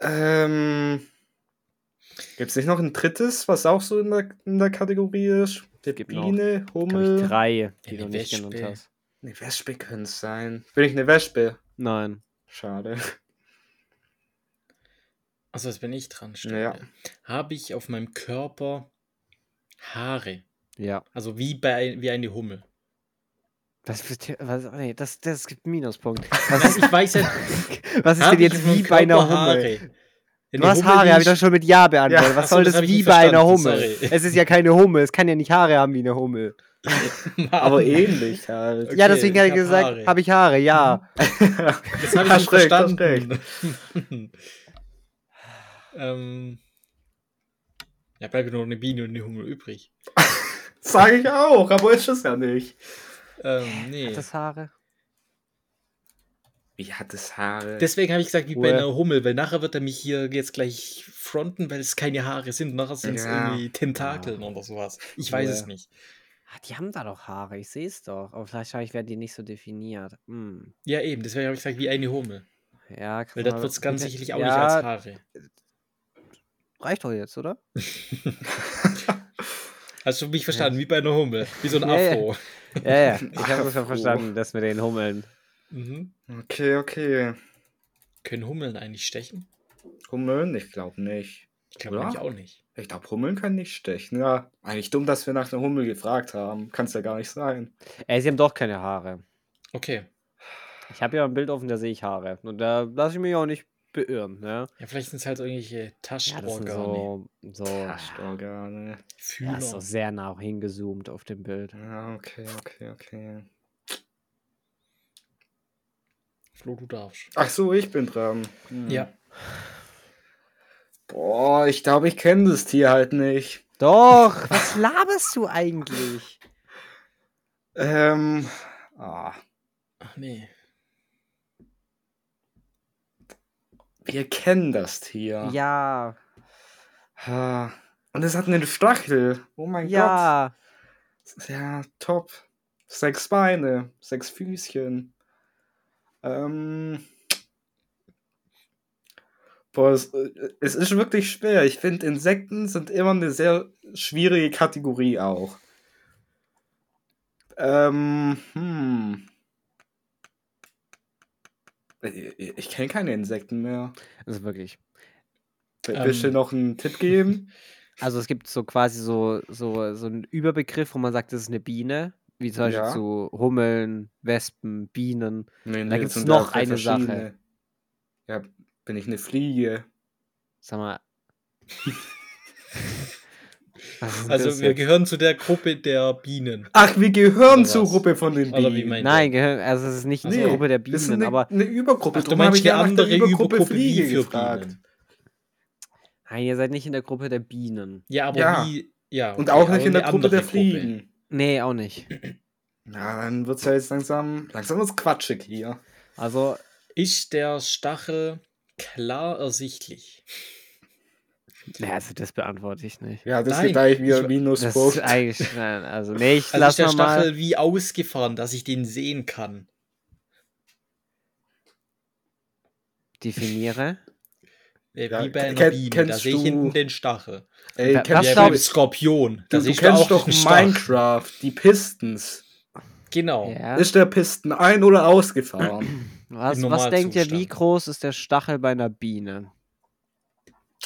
Ähm. Gibt es nicht noch ein drittes, was auch so in der, in der Kategorie ist? Der
Gibt noch,
Biene,
Glaub ich
Hummel.
drei, die
Eine
du nicht genannt
Wespe.
hast.
Eine Wespe könnte es sein. Bin ich eine Wespe?
Nein.
Schade.
Also jetzt bin ich dran.
Ja.
Habe ich auf meinem Körper Haare?
Ja.
Also wie bei wie eine Hummel.
Was, wird- was, nee, das, das gibt einen Minuspunkt.
Nein, ich weiß ja,
Was ist
hab
denn
ich
jetzt
auf meinem
wie bei einer
Körper
Hummel?
Haare? Eine
Du hast
Hummel,
Haare,
die
habe ich doch schon mit Ja beantwortet.
Ja,
Was
ach so,
soll
das
das
hab ich
wie
nicht
bei einer
verstanden,
Hummel?
sorry.
Es ist ja keine Hummel, es kann ja nicht Haare haben wie eine Hummel.
Mann,
Aber
eh
ähnlich halt.
ja,
Okay,
deswegen hat
ich
er
hab
gesagt,
Haare. Mhm.
habe ich Haare, ja.
Das habe ich nicht
Hast recht, hast
verstanden. ähm, ja, bleibt nur noch eine Biene und eine Hummel übrig.
Sag ich auch, aber ist es ja nicht.
Ähm, nee.
Hat das Haare?
Wie hat es Haare?
Deswegen habe ich gesagt, wie bei
Ruhe.
einer Hummel, weil nachher wird er mich hier jetzt gleich fronten, weil es keine Haare sind. Nachher sind es
Ja.
irgendwie Tentakeln
Ja.
oder sowas. Ich weiß
Ruhe.
es nicht.
Ah, die haben da doch Haare, ich sehe es doch. Aber vielleicht wahrscheinlich werden die nicht so definiert. Hm.
Ja, eben. Deswegen habe ich gesagt, wie eine Hummel.
Ja, kann
Weil das
man-
wird es ganz
bitte-
sicherlich auch
ja,
nicht als Haare.
Reicht doch jetzt, oder?
Hast du mich verstanden? Wie bei einer Hummel. Wie so ein
Ja, ja.
Afro.
Ja, ja. Ich habe schon
Afro.
verstanden, dass mit den Hummeln.
Mhm.
Okay, okay.
Können Hummeln eigentlich stechen?
Hummeln? Ich glaube nicht.
Ich glaube
Oder?
nämlich auch nicht.
Ich glaube, Hummeln können nicht stechen. Ja, eigentlich dumm, dass wir nach einer Hummel gefragt haben. Kann es ja gar nicht sein.
Ey, sie haben doch keine Haare.
Okay.
Ich habe ja ein Bild offen, da sehe ich Haare. Und da lasse ich mich auch nicht beirren, ne?
Ja, vielleicht sind es halt irgendwelche
Ja, das sind
Taschenorgane.
so. so
Ah, oh, Tastorgane.
Fühler.
ja, ist doch sehr nah hingezoomt auf dem Bild.
Ja, okay, okay, okay.
Flo, du darfst.
Ach so, ich bin dran. Hm.
Ja.
Boah, ich glaube, ich kenne das Tier halt nicht.
Doch, was laberst du eigentlich?
Ähm. Ah.
Ach nee.
Wir kennen das Tier.
Ja,
Ah, Und es hat einen Stachel. Oh mein
ja.
Gott. Ja, top. Sechs Beine, sechs Füßchen. Ähm. Boah, es, äh, es ist wirklich schwer. Ich finde, Insekten sind immer eine sehr schwierige Kategorie auch. Ähm, hm. Ich, ich- ich kenne keine Insekten mehr.
Also wirklich.
Will-
Ähm.
Willst du noch einen Tipp geben?
Also es gibt so quasi so, so, so einen Überbegriff, wo man sagt, das ist eine Biene. Wie zum Beispiel
Ja.
zu Hummeln, Wespen, Bienen.
Nee,
Da gibt's
sind
noch
drei
eine Sache.
verschiedene. Ja, bin ich eine Fliege?
Sag mal. Was ist denn das
Also wir
jetzt?
gehören zu der Gruppe der Bienen.
Ach, wir gehören
Oder
zur
was?
Gruppe von den
Oder wie
Bienen.
meinst
Nein, gehör, also es ist nicht
Nee,
eine Gruppe der
das ist
Bienen,
eine,
aber
eine Übergruppe.
Ach, du
Drum
meinst
habe ich
die
ja nach der
andere
Übergruppe,
Übergruppe
Fliege
Bienen für
gefragt.
Bienen.
nein, ihr seid nicht in der Gruppe der Bienen.
Ja, aber
Ja.
wie. Ja,
Und
okay,
auch
aber
nicht in der
eine
Gruppe der
andere
Fliegen.
Nee, auch nicht.
Na, dann wird's ja jetzt langsam, langsam wird's quatschig hier.
Also,
Ist der Stachel klar ersichtlich?
ja, also das beantworte ich nicht.
Ja, das
Nein,
geht gleich wieder
ich-
Das
Minuspunkt.
ist eigentlich, nein, also nee, ich
Also ist
lass
der
mal
Stachel
mal.
wie ausgefahren, dass ich den sehen kann.
Definiere.
Äh,
Ja,
wie bei einer
ken-
Biene, da
kennst
sehe ich hinten
du-
den Stachel.
Ey,
Wa-
kennst
was
ja,
du,
glaub-
beim Skorpion, da
du, du
sehe ich da auch
kennst doch
den Stachel.
Minecraft, die Pistons.
Genau.
Ja.
Ist der Pisten ein- oder ausgefahren?
Was,
Im
was denkt ihr, wie
Normalzustand.
groß ist der Stachel bei einer Biene?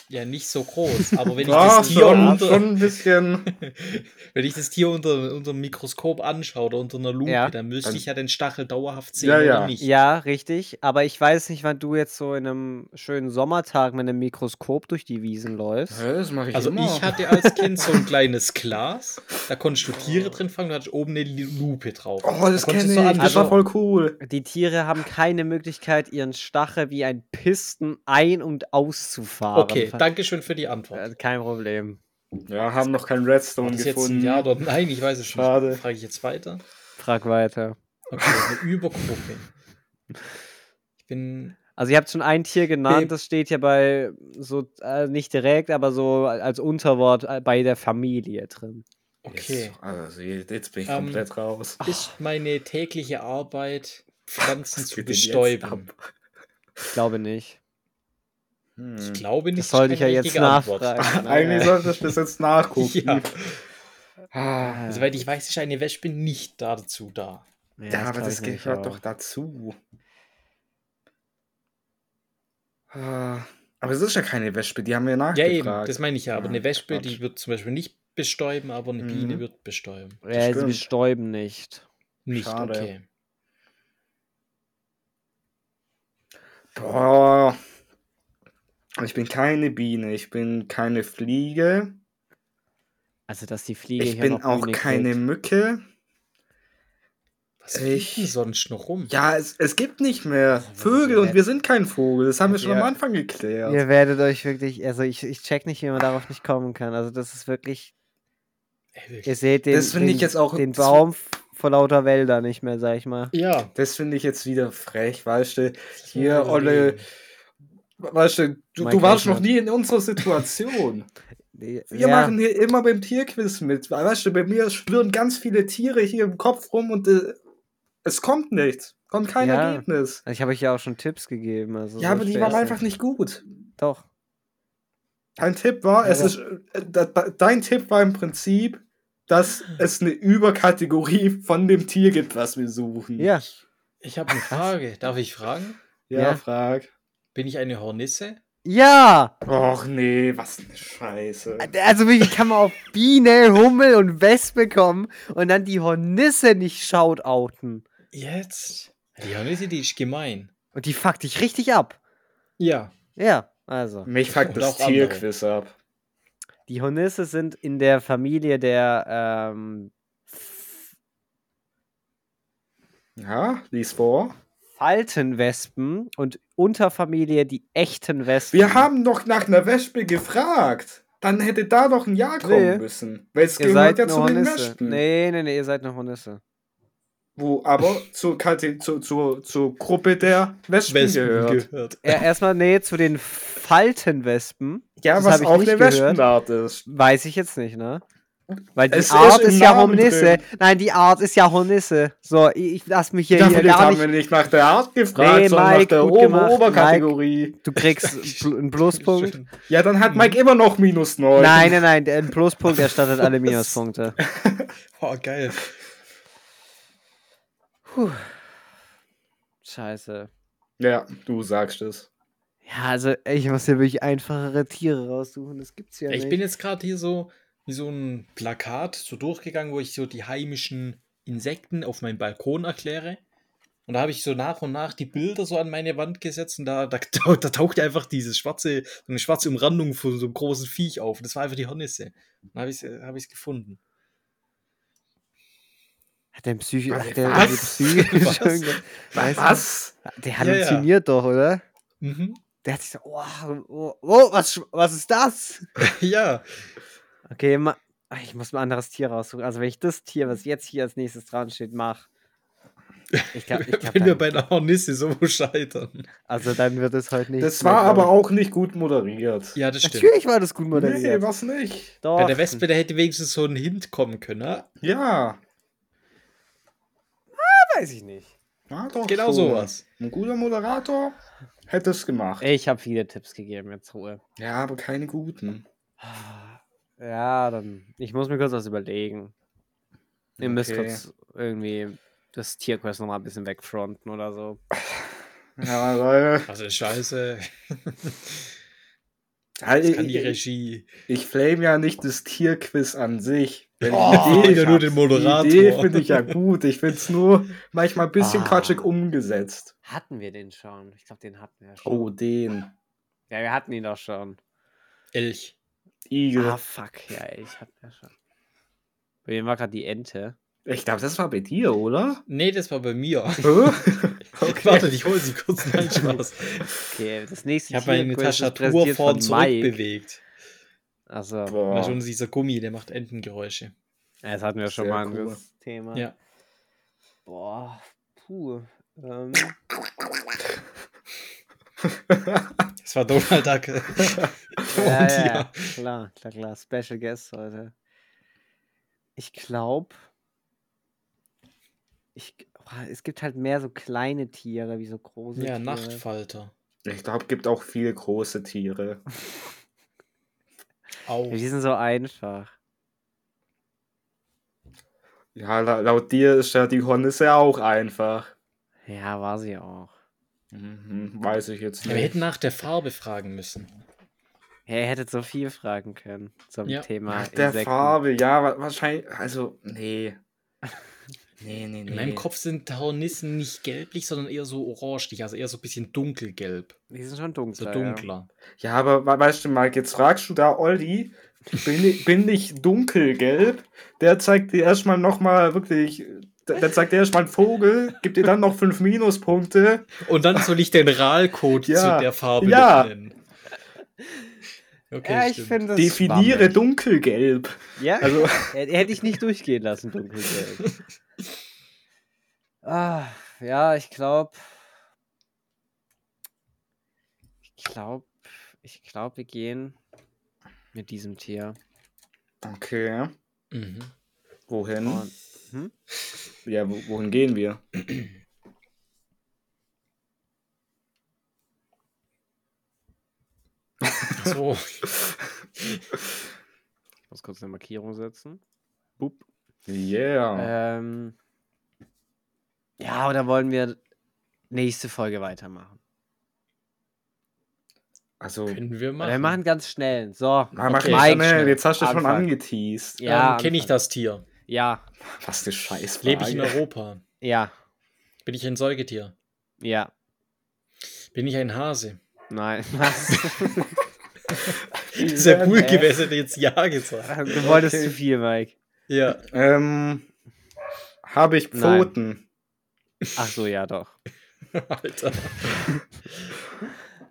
Ja, nicht so groß, aber wenn ich
Ja,
das Tier
schon,
unter,
schon ein bisschen.
wenn ich das Tier unter, unter dem Mikroskop anschaue oder unter einer Lupe,
Ja.
dann müsste
Dann-
ich ja den Stachel dauerhaft sehen
Ja,
oder
ja.
nicht.
Ja, richtig. Aber ich weiß nicht, wann du jetzt so in einem schönen Sommertag mit einem Mikroskop durch die Wiesen läufst.
Ja, das mache ich
Also
immer.
ich hatte als Kind so ein kleines Glas, da konntest du Tiere drin fangen, da hatte ich oben eine Lupe drauf.
oh, das
Da konntest
kenne
du
ich. Das war
anschauen.
voll cool.
Die Tiere haben keine Möglichkeit, ihren Stachel wie ein Pisten ein- und
Ah,
auszufahren.
Okay,
Ver-
danke schön für die Antwort.
Äh, Kein Problem.
Ja, haben noch kein
War
Redstone
das jetzt ein
gefunden.
Ja oder Nein? Ich weiß es
Schade.
nicht. Frage ich jetzt weiter.
Frag weiter.
Okay, eine Übergruppe. Ich bin.
Also ihr habt schon ein Tier
Nee.
genannt, das steht ja bei so äh, nicht direkt, aber so als Unterwort äh, bei der Familie drin.
Okay.
Jetzt, also jetzt bin ich
Ähm,
komplett raus.
Ist meine tägliche Arbeit, Pflanzen
Was
zu
geht denn jetzt
bestäuben?
Ich glaube nicht.
Hm.
Ich glaube nicht.
Das sollte ich ja
keine
jetzt
richtige Antwort.
nachfragen.
Eigentlich solltest du das jetzt nachgucken.
Ja.
Ah,
Ja.
Soweit ich weiß, ist eine Wespe nicht dazu da.
Nee,
ja,
das
aber
glaub
das
ich nicht,
gehört
aber-
doch dazu. Ah, aber es ist ja keine Wespe, die haben wir
Ja,
nachgefragt.
eben, das meine ich ja. Aber
Ah,
eine Wespe,
Quatsch.
die wird zum Beispiel nicht bestäuben, aber eine Biene
Mhm.
wird bestäuben.
Das
Ja, sie
stimmt.
bestäuben nicht.
Nicht,
Schade.
okay.
Boah. Ich bin keine Biene, ich bin keine Fliege,
Also, dass die Fliege
ich
hier
bin
noch
auch
Biene
keine
kriegt.
Mücke.
Was fliegt denn
Ich-
sonst noch rum?
Ja, es, es gibt nicht mehr
Also,
Vögel
wir
und
werden-
wir sind kein Vogel. Das haben wir schon
Ja.
am Anfang geklärt.
Ihr werdet euch wirklich, also ich, ich check nicht, wie man darauf nicht kommen kann. Also das ist wirklich,
Ey, wirklich.
ihr seht den,
Das finde
den,
ich jetzt auch-
den
das-
Baum vor lauter Wälder nicht mehr, sag ich mal.
Ja.
Das finde ich jetzt wieder frech, weißt du?
So
Hier, Olle,
überlegen.
weißt du, du,
Mein
du warst
Gott,
noch nie in unserer Situation.
Wir
Wir machen hier immer beim Tierquiz mit. Weißt du, bei mir schwirren ganz viele Tiere hier im Kopf rum und äh, es kommt nichts. Kommt kein
Ja.
Ergebnis.
Also ich habe euch ja auch schon Tipps gegeben. Also
Ja,
so
aber die
schwer
waren
ist
einfach nicht gut.
Doch.
Dein Tipp war, es
Aber-
ist, äh, da- da- dein Tipp war im Prinzip, dass es eine Überkategorie von dem Tier gibt, was wir suchen.
Ja.
Ich habe eine Frage. Darf ich fragen?
ja,
Ja.
frag.
Bin ich eine Hornisse?
Ja!
Och nee, was eine Scheiße.
Also wie kann man auf Biene, Hummel und Wespe kommen und dann die Hornisse nicht shoutouten?
Jetzt? Die Hornisse, die ist gemein.
Und die fuckt dich richtig ab.
Ja.
Ja, also.
Mich fuckt
Und
das
auch andere.
Tierquiz ab.
Die Hornisse sind in der Familie der, ähm,
Ja, lies vor.
Faltenwespen und Unterfamilie die echten Wespen.
Wir haben doch nach einer Wespe gefragt. Dann hätte da doch ein Ja kommen
Nee.
müssen. Weil es
ihr
gehört
seid
ja
eine
zu den
Hornisse.
Wespen.
Nee, nee, nee, ihr seid eine Hornisse.
Wo aber zur, Kate, zur, zur, zur Gruppe der Wespen,
Wespen
gehört.
gehört.
Ja, erstmal, nee, zu den Faltenwespen.
ja,
das hab
was
ich
auch
nicht
eine
gehört.
Wespenart ist.
Weiß ich jetzt nicht, ne? Weil die
Es ist
Art
im
ist, ja
Namen
Hornisse.
drin.
Nein, die Art ist ja Hornisse. So, ich, ich lass mich hier, hier
Dafür
gar
haben
nicht.
wir nicht nach der Art gefragt,
Nee,
sondern nach
Mike,
der
gut
Ober
gemacht,
Oberkategorie.
Du kriegst bl- einen Pluspunkt.
Ja, dann hat Mike immer noch minus 9.
Nein, nein, nein, der- ein Pluspunkt erstattet alle Minuspunkte.
Boah, Oh, geil.
Scheiße.
Ja, du sagst es.
Ja, also ich muss hier wirklich einfachere Tiere raussuchen. Das gibt's ja
Ja,
nicht.
ich bin jetzt gerade hier so wie so ein Plakat so durchgegangen, wo ich so die heimischen Insekten auf meinem Balkon erkläre. Und da habe ich so nach und nach die Bilder so an meine Wand gesetzt und da, da, tau- da tauchte einfach diese schwarze, so eine schwarze Umrandung von so einem großen Viech auf. Das war einfach die Hornisse. Dann habe ich es hab ich's gefunden.
Hat der Psyche.
Was?
Hat der irgendwie
Was?
psychisch
Was?
irgendwas- Weiß
Was?
nicht. Der
Ja, ja.
halluziniert doch, oder?
Mhm.
Der hat sich so, oh, oh, oh was, sch- was ist das?
Ja.
Okay, ma, Ach, ich muss mir ein anderes Tier raussuchen. Also, wenn ich das Tier, was jetzt hier als nächstes dran steht, mache. Ich glaub, ich glaub,
Wenn wir
dann,
bei einer Hornisse so scheitern.
also, dann wird es heute nicht.
Das
mehr,
war aber
glaub
auch nicht gut moderiert.
Ja, das
ich.
stimmt.
Natürlich war das gut moderiert.
Nee, was nicht?
Doch.
Bei der Wespe, der hätte wenigstens so ein Hint kommen können. Ne?
Ja,
weiß ich nicht.
war doch
Genau
schon.
sowas.
Ein guter Moderator hätte es gemacht.
Ich habe viele Tipps gegeben, jetzt Ruhe.
Ja, aber keine guten.
Ja, dann. Ich muss mir kurz was überlegen. Ihr müsst
Okay.
kurz irgendwie das Tierquest nochmal ein bisschen wegfronten oder so.
Ja, weil,
Also
Äh,
Scheiße. Das kann die
halt, ich,
Regie.
ich flame ja nicht das Tierquiz an sich. Wenn
Oh,
ich
wieder nur den Moderator.
Die Idee finde ich ja gut. Ich finde es nur manchmal ein bisschen
Ah.
quatschig umgesetzt.
Hatten wir den schon? Ich glaube, den hatten wir schon.
Oh, den.
Ja, wir hatten ihn doch schon.
Elch.
Igel.
Ah, fuck. Ja, ey, ich hatte ja schon. Bei mir war gerade die Ente.
Ich glaube, das war bei dir, oder?
Nee, das war bei mir.
Hä?
Warte, ich hole sie kurz. Nein, Spaß.
Okay, das nächste
Ich habe meine
Tierquiz ist
Tastatur
präsentiert
vor und
von
zurück
Mike.
bewegt.
Also,
Boah.
Da schon dieser Gummi, der macht Entengeräusche.
ja, das hatten wir schon
Sehr
mal
cool.
das Thema.
Ja.
Boah, puh. Ähm,
Das war Donald Duck.
ja,
Und
ja,
ja.
klar, klar, klar. Special Guest heute. Ich glaube, ich, boah, es gibt halt mehr so kleine Tiere wie so große
ja,
Tiere.
Nachtfalter.
Ich glaube, gibt auch viele große Tiere.
Au.
Ja, die sind so einfach.
Ja, la laut dir ist ja die Hornisse auch einfach.
Ja, war sie auch.
Mhm, weiß ich jetzt
Ja,
nicht.
wir hätten nach der Farbe fragen müssen.
Ja, ihr hättet so viel fragen können zum
Ja.
Thema
Nach der
Insekten.
Farbe, ja, wa- wahrscheinlich. Also, nee. Nee, nee, nee.
In meinem Kopf sind Hornissen nicht gelblich, sondern eher so oranglich, also eher so ein bisschen dunkelgelb.
Die sind schon
So
dunkler. Ja.
dunkler.
Ja, aber we- weißt du, Mike, jetzt fragst du da Olli, bin ich, bin ich dunkelgelb? Der zeigt dir erstmal nochmal wirklich. Der der zeigt dir erstmal einen Vogel, gibt dir dann noch fünf Minuspunkte.
Und dann soll ich den RAL-Code
Ja.
zu der Farbe
Ja.
nennen. Okay,
Ja, ich
stimmt.
finde das
Definiere
schwammig.
dunkelgelb.
Ja,
Also,
Hätte hätte ich nicht durchgehen lassen, dunkelgelb. ah, ja, ich glaube. Ich glaube, ich glaube, wir gehen mit diesem Tier.
okay.
Mhm.
Wohin?
Und, hm?
Ja, wo- wohin gehen wir?
Ach So.
Ich muss kurz eine Markierung setzen.
Äh,
Yeah.
Ähm, ja, oder wollen wir nächste Folge weitermachen?
Also,
Können wir
Oder Wir machen ganz schnell. So.
na, mach
okay,
mal
Mike,
schnell.
schnell.
Jetzt hast du schon
Anfang.
angeteased.
Ja,
kenne ich
Anfang.
das Tier.
Ja,
Was für Scheiß.
Lebe ich in Europa?
ja,
Bin ich ein Säugetier?
ja.
Bin ich ein Hase?
Nein. Was?
Sehr cool
Hä?
gewesen, hätte jetzt Ja gesagt.
Äh, du wolltest
Okay.
zu viel, Mike.
Ja.
Ähm, habe ich
Nein.
Pfoten?
Ach so, ja, doch.
Alter.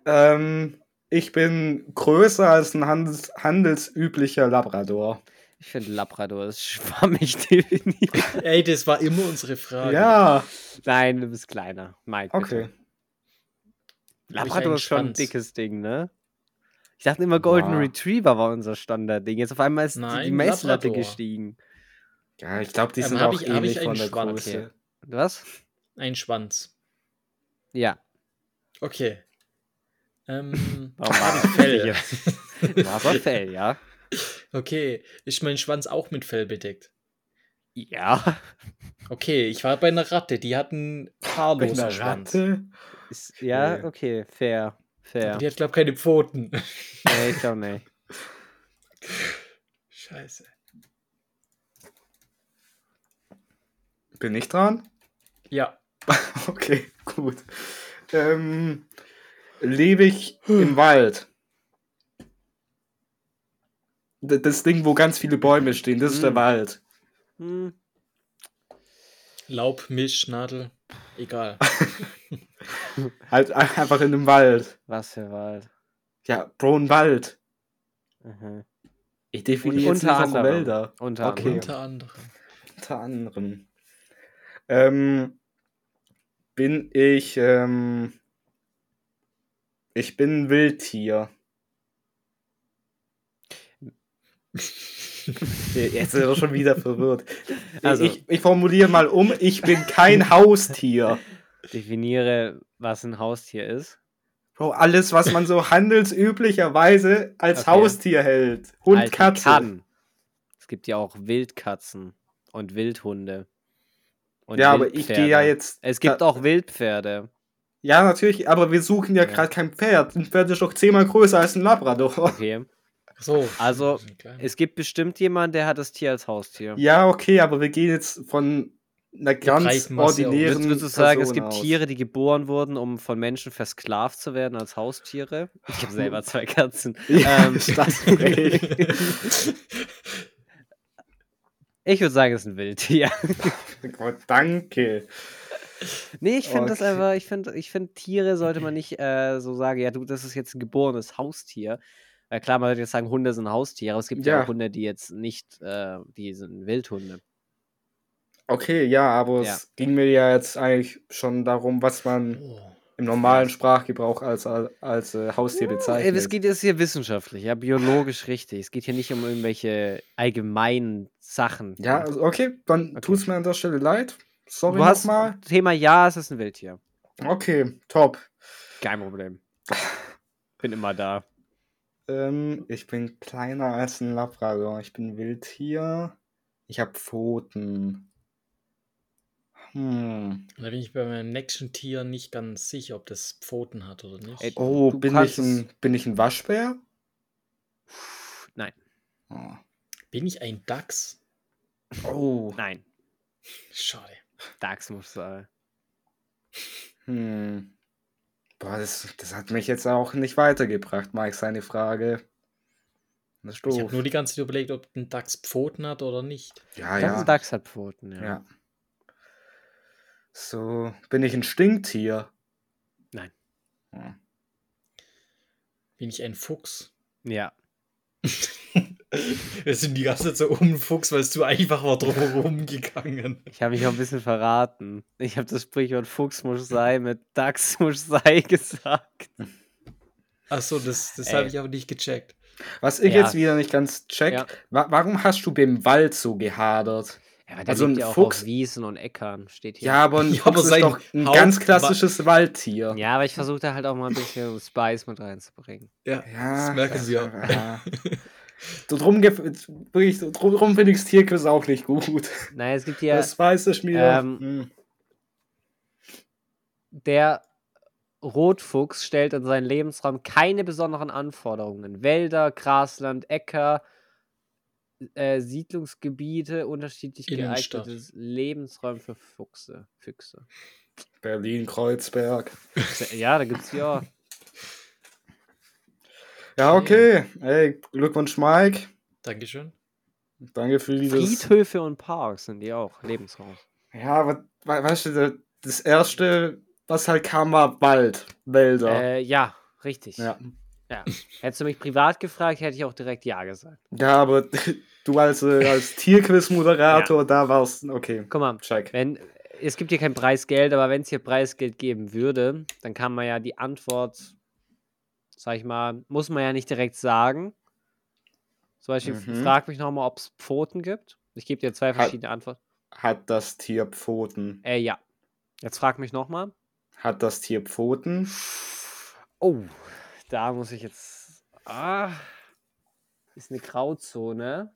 Ähm, ich bin größer als ein handels handelsüblicher Labrador.
Ich finde Labrador ist schwammig definitiv.
Ey, das war immer unsere
Ah,
Frage.
Ja,
Nein, du bist kleiner. Mike, bitte.
okay.
Labrador
einen
ist schon ein
Schwanz?
dickes Ding, ne? Ich dachte immer, Golden
Ja.
Retriever war unser Standardding. Jetzt auf einmal ist die- die
Nein,
Messlatte
Labrador.
gestiegen.
Ja, ich glaube, die
Ähm,
sind
hab
auch
ich- hab
ähnlich
ich einen
von der
Schwanz?
Größe.
Okay. Was?
Ein Schwanz.
Ja.
Okay. Ähm,
Warum war
hab ich
das Fell?
Fell?
Jetzt? War aber Fell, ja?
Okay, ist mein Schwanz auch mit Fell bedeckt?
Ja.
Okay, ich war bei einer Ratte, die hat einen
Bin
haarlosen
eine
Schwanz.
Ratte?
Ist, ja,
Nee.
okay, fair. Fair.
Aber Die hat, glaube ich, keine Pfoten.
Nee, ich glaube nicht.
Scheiße.
Bin ich dran?
Ja.
Okay, gut. Ähm, lebe ich im Wald? D- Das Ding, wo ganz viele Bäume stehen, das ist der
Hm.
Wald.
Hm.
Laub, Milch, Nadel, egal.
Halt ein- einfach in einem Wald.
Was für Wald.
Ja, Bro, ein Wald.
Mhm.
Ich definiere
Und
jetzt
unter
nicht auch
anderem.
Wälder.
Unter
Okay.
anderem.
Unter anderem.
Unter anderem. Ähm, bin ich, ähm, ich bin ein Wildtier. Jetzt ist er schon wieder verwirrt. Also.
Also-
Ich, ich formuliere mal um, ich bin kein Haustier.
Definiere, was ein Haustier ist.
Bro, alles, was man so handelsüblicherweise als
Okay. Also,
Haustier hält. Hund,
Halten
Katze.
Kann. Halt Es gibt ja auch Wildkatzen und Wildhunde. Und
ja, aber ich gehe ja
Wildpferde.
jetzt.
Es gibt auch Wildpferde.
Ja, natürlich, aber wir suchen ja
Ja.
gerade kein Pferd. Ein Pferd ist doch zehnmal größer als ein Labrador.
Okay.
So.
Also,
das ist ein kleiner.
Es gibt bestimmt jemanden, der hat das Tier als Haustier.
Ja, okay, aber wir gehen jetzt von einer ganz
Breitenmasse
ordinären.
um. Würdest, würdest du sagen, es
Person
gibt
aus.
Tiere, die geboren wurden, um von Menschen versklavt zu werden als Haustiere? Ich habe selber zwei Katzen.
Ja,
Ähm,
das okay.
Ich würde sagen, es ist ein Wildtier.
Gott, danke.
Nee, ich finde das
Okay.
aber, ich finde, ich finde, Tiere sollte man nicht äh, so sagen, ja, du, das ist jetzt ein geborenes Haustier. Weil klar, man würde jetzt sagen, Hunde sind Haustiere, aber es gibt ja, Äh,
Ja.
auch Hunde, die jetzt nicht, äh, die sind Wildhunde.
Okay, ja, aber
Ja.
es ging mir ja jetzt eigentlich schon darum, was man
oh.
im normalen Sprachgebrauch als, als, äh, Haustier bezeichnet.
Ey, Es geht jetzt hier wissenschaftlich, ja, biologisch richtig. Es geht hier nicht um irgendwelche allgemeinen Sachen.
ja, also, okay, dann
Okay.
tut's mir an der Stelle leid. Sorry
du hast
nochmal.
Thema ja, es ist ein Wildtier.
Okay, top.
Kein Problem. Bin immer da.
Ähm, ich bin kleiner als ein Labrador. Ich bin Wildtier. Ich habe Pfoten. Hm.
Da bin ich bei meinem nächsten Tier nicht ganz sicher, ob das Pfoten hat oder nicht.
Ey,
Oh,
Du
bin
kannst-
ich, ein, bin ich ein Waschbär?
Nein,
Oh.
Bin ich ein Dachs?
oh.
nein.
Schade.
Dax muss äh, sein.
Hm. Boah, das, das hat mich jetzt auch nicht weitergebracht, Mike, seine Frage. Das ist
Ich
doof.
habe nur die ganze Zeit überlegt, ob ein Dachs Pfoten hat oder nicht.
Ja,
Ganz
ja.
Dax hat Pfoten, Ah, ja.
ja. So, bin ich ein Stinktier? Hm.
Nein.
Ja.
Bin ich ein Fuchs?
Ja.
Wir sind die ganze Zeit so um den Fuchs, weil es zu einfach war drum rumgegangen.
Ich habe mich auch ein bisschen verraten. Ich habe das Sprichwort Fuchs muss sein mit Dax muss sei gesagt.
Achso, das, das
Ey.
habe ich aber nicht gecheckt.
Was ich
Ja.
jetzt wieder nicht ganz check,
Ja.
wa warum hast du beim Wald so gehadert?
Ja, aber
der Also lebt ein ja auch auf
auch
Fuchs-
auf Wiesen und Äckern, steht hier.
Ja, aber ein
Ja, aber
Fuchs ist
sein
doch ein
Haupt-
ganz klassisches Waldtier.
Ja, aber ich versuche da halt auch mal ein bisschen Spice mit reinzubringen.
Ja,
Ja,
das merken
das-
sie ja.
ja. So drum, gef- wirklich, so drum, drum finde ich Tierquiz auch nicht gut.
Nein, es gibt ja
Das weiß ich mir.
Ähm,
Hm.
der Rotfuchs stellt in seinen Lebensraum keine besonderen Anforderungen. Wälder, Grasland, Äcker, äh, Siedlungsgebiete, unterschiedlich
Innenstadt.
geeignetes Lebensräume für Fuchse. Füchse.
Berlin, Kreuzberg.
Ja, da gibt's ja.
Ja, okay. Ey, Glückwunsch, Mike.
Dankeschön.
Danke für dieses.
Friedhöfe und Parks sind die auch. Lebensraum.
Ja, aber we- weißt du, da- das erste, was halt kam, war Wald, Wälder.
Äh, ja, richtig.
ja.
Hättest du mich privat gefragt, hätte ich auch direkt Ja gesagt.
ja, aber du als, äh, als Tierquiz-Moderator, da warst. Okay,
Guck mal,
check.
wenn, es gibt hier kein Preisgeld, aber wenn es hier Preisgeld geben würde, dann kann man ja die Antwort, sag ich mal, muss man ja nicht direkt sagen. Zum Beispiel,
Mhm. Halt.
frag mich nochmal, ob es Pfoten gibt. Ich gebe dir zwei
Hat-
verschiedene Antworten.
Hat das Tier Pfoten?
Äh, ja. Jetzt frag mich nochmal.
Hat das Tier Pfoten?
Oh, da muss ich jetzt. Ah, ist eine Grauzone.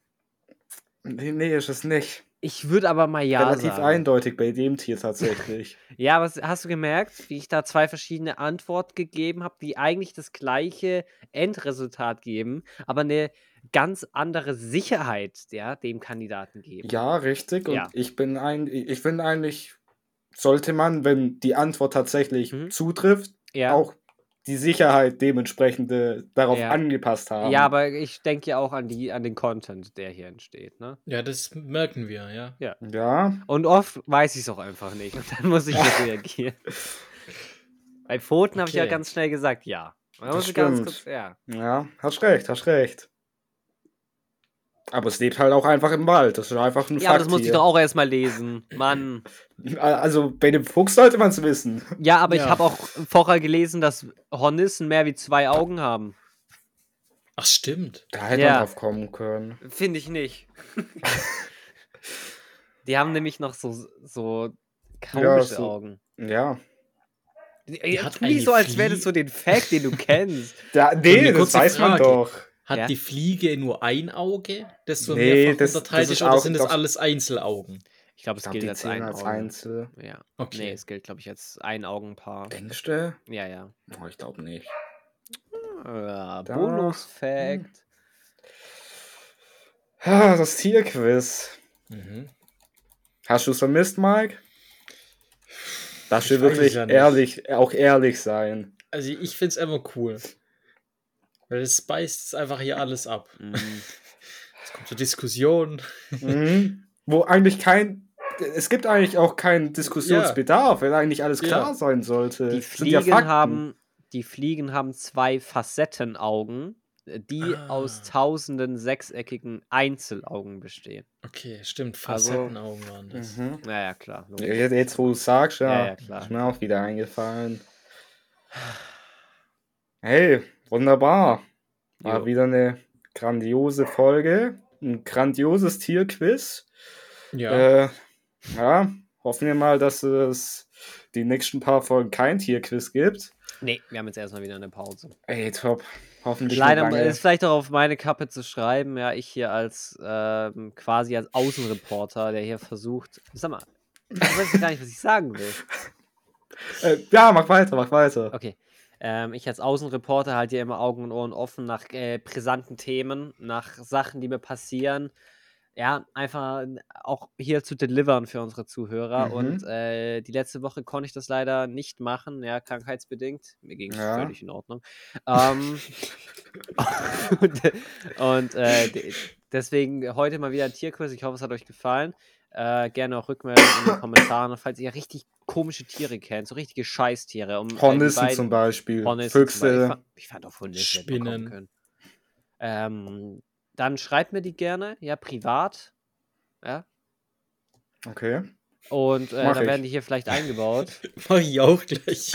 Nee, nee, ist es nicht.
Ich würde aber mal ja
Relativ
sagen.
eindeutig bei dem Tier tatsächlich.
Ja, aber s- hast du gemerkt, wie ich da zwei verschiedene Antworten gegeben habe, die eigentlich das gleiche Endresultat geben, aber eine ganz andere Sicherheit ja, dem Kandidaten geben?
ja, richtig. Und
Ja.
ich bin ein, ich bin eigentlich sollte man, wenn die Antwort tatsächlich
Mhm.
zutrifft,
Ja.
auch die Sicherheit dementsprechende darauf
Ja.
angepasst haben.
ja, aber ich denke ja auch an, die, an den Content, der hier entsteht. Ne?
Ja, das merken wir, ja.
Ja,
Und oft weiß ich es auch einfach nicht. Und dann muss ich nicht reagieren. Bei Pfoten habe ich ja
Okay.
ganz schnell gesagt, ja. Man
Das
muss ganz
stimmt.
kurz, ja.
ja, hast recht, hast recht. Aber es lebt halt auch einfach im Wald. Das ist einfach ein
ja, aber
Fakt.
das musste ich
hier.
doch auch erstmal lesen. Mann.
Also bei dem Fuchs sollte man es wissen.
Ja, aber ich
Ja.
habe auch vorher gelesen, dass Hornissen mehr wie zwei Augen haben.
Ach, stimmt.
Da hätte
Ja.
man drauf kommen können.
Finde ich nicht. Die haben nämlich noch so, so komische
so-
Augen.
Ja.
hat
äh, Jetzt
eine
nicht so, als
Flie-
wäre das so den Fact, den du kennst.
Da,
eine
nee, das
kurze
weiß man
Frage.
doch.
Hat
Ja.
die Fliege nur ein Auge, das so
Nee,
mehrfach
das-
unterteilt
das
ist,
ist
oder
auch-
sind das
das-
alles Einzelaugen?
Ich glaube, es
Ich glaube,
gilt
die
als
zählen
ein
als
Auge.
Einzel.
Ja.
Okay.
Nee, es gilt, glaube ich, als ein Augenpaar.
Denkst du?
Ja, ja.
Oh, ich glaube nicht.
Äh,
Da-
Bonus-Fact.
Ah, das Tierquiz.
Mhm.
Hast du es vermisst, Mike? Darfst du
Ich weiß es
wirklich
ja nicht.
ehrlich, auch ehrlich sein?
Also ich find's einfach cool. Weil es speist einfach hier alles ab.
Mhm.
Es kommt zur Diskussion.
mhm. Wo eigentlich kein. Es gibt eigentlich auch keinen Diskussionsbedarf, wenn eigentlich alles
Ja.
klar sein sollte.
Die
Äh, Sind ja
Fliegen,
Fakten.
haben, die Fliegen haben zwei Facettenaugen, die
Ah.
aus tausenden sechseckigen Einzelaugen bestehen.
Okay, stimmt.
Also-
Facettenaugen waren das.
Mhm.
Naja, klar. logisch.
Ja, Jetzt, wo du sagst, ja,
Ja, ja, klar.
ist mir auch wieder eingefallen. Hey, wunderbar. War
Jo.
wieder eine grandiose Folge, ein grandioses Tierquiz.
Ja.
Äh, ja, hoffen wir mal, dass es die nächsten paar Folgen kein Tierquiz gibt.
Nee, wir haben jetzt erstmal wieder eine Pause.
Ey, top. Hoffentlich nicht
Leider
lange.
ist vielleicht auch auf meine Kappe zu schreiben, ja, ich hier als ähm, quasi als Außenreporter, der hier versucht. Sag mal, ich weiß gar nicht, was ich sagen will.
Äh, ja, mach weiter, mach weiter.
Okay. Ähm, ich als Außenreporter halte ja immer Augen und Ohren offen nach äh, brisanten Themen, nach Sachen, die mir passieren. Ja, einfach äh, auch hier zu delivern für unsere Zuhörer.
Mhm.
Und äh, die letzte Woche konnte ich das leider nicht machen, ja, krankheitsbedingt. Mir ging es
Ja.
völlig in Ordnung. Ähm, und und äh, de- deswegen heute mal wieder ein Tierquiz. Ich hoffe, es hat euch gefallen. Äh, gerne auch Rückmeldungen in den Kommentaren, falls ihr richtig komische Tiere kennt, so richtige Scheißtiere. Um, äh, die
Hornissen
beiden-
zum Beispiel,
Hornissen zum Beispiel. Ich
Füchse.
fand, ich fand auch Hornissen hätten wir kommen
Spinnen.
können. Ähm, dann schreibt mir die gerne, ja, privat. Ja.
Okay.
Und äh,
Mach
dann
ich.
werden die hier vielleicht eingebaut.
Mach ich auch gleich.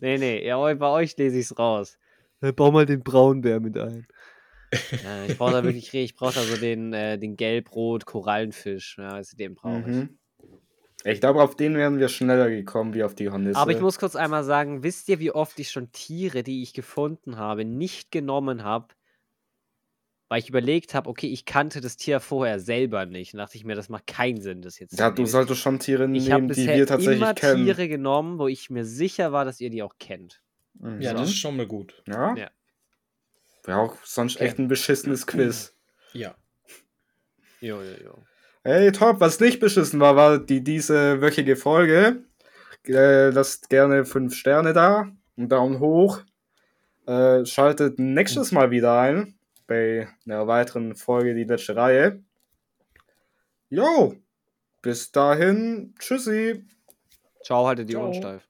nee, nee, ja, eu- bei euch lese ich es raus. bau mal den Braunbär mit ein. Ja, ich brauche da wirklich, ich brauche da so den, äh, den Gelb-Rot-Korallenfisch. Ja, also den brauche ich.
Mhm. Ich glaube, auf den wären wir schneller gekommen wie auf die Hornisse.
Aber ich muss kurz einmal sagen, wisst ihr, wie oft ich schon Tiere, die ich gefunden habe, nicht genommen habe, weil ich überlegt habe, okay, ich kannte das Tier vorher selber nicht. Dann dachte ich mir, das macht keinen Sinn, das jetzt zu
Ja, du
nehmen.
solltest schon Tiere
Ich habe
nehmen, die
bisher
wir tatsächlich
immer
kennen.
Tiere genommen, wo ich mir sicher war, dass ihr die auch kennt.
Mhm.
ja, das ist schon mal gut.
ja.
Ja.
Wäre auch sonst
Okay.
echt ein beschissenes Quiz.
Ja.
Jo, jo, jo.
Hey, top, was nicht beschissen war, war die diese wöchige Folge. Äh, lasst gerne 5 Sterne da, einen Daumen hoch. Äh, schaltet nächstes Mal wieder ein bei einer weiteren Folge, die letzte Reihe. Jo, bis dahin, tschüssi.
Ciao, haltet die Ohren
Ciao.
steif.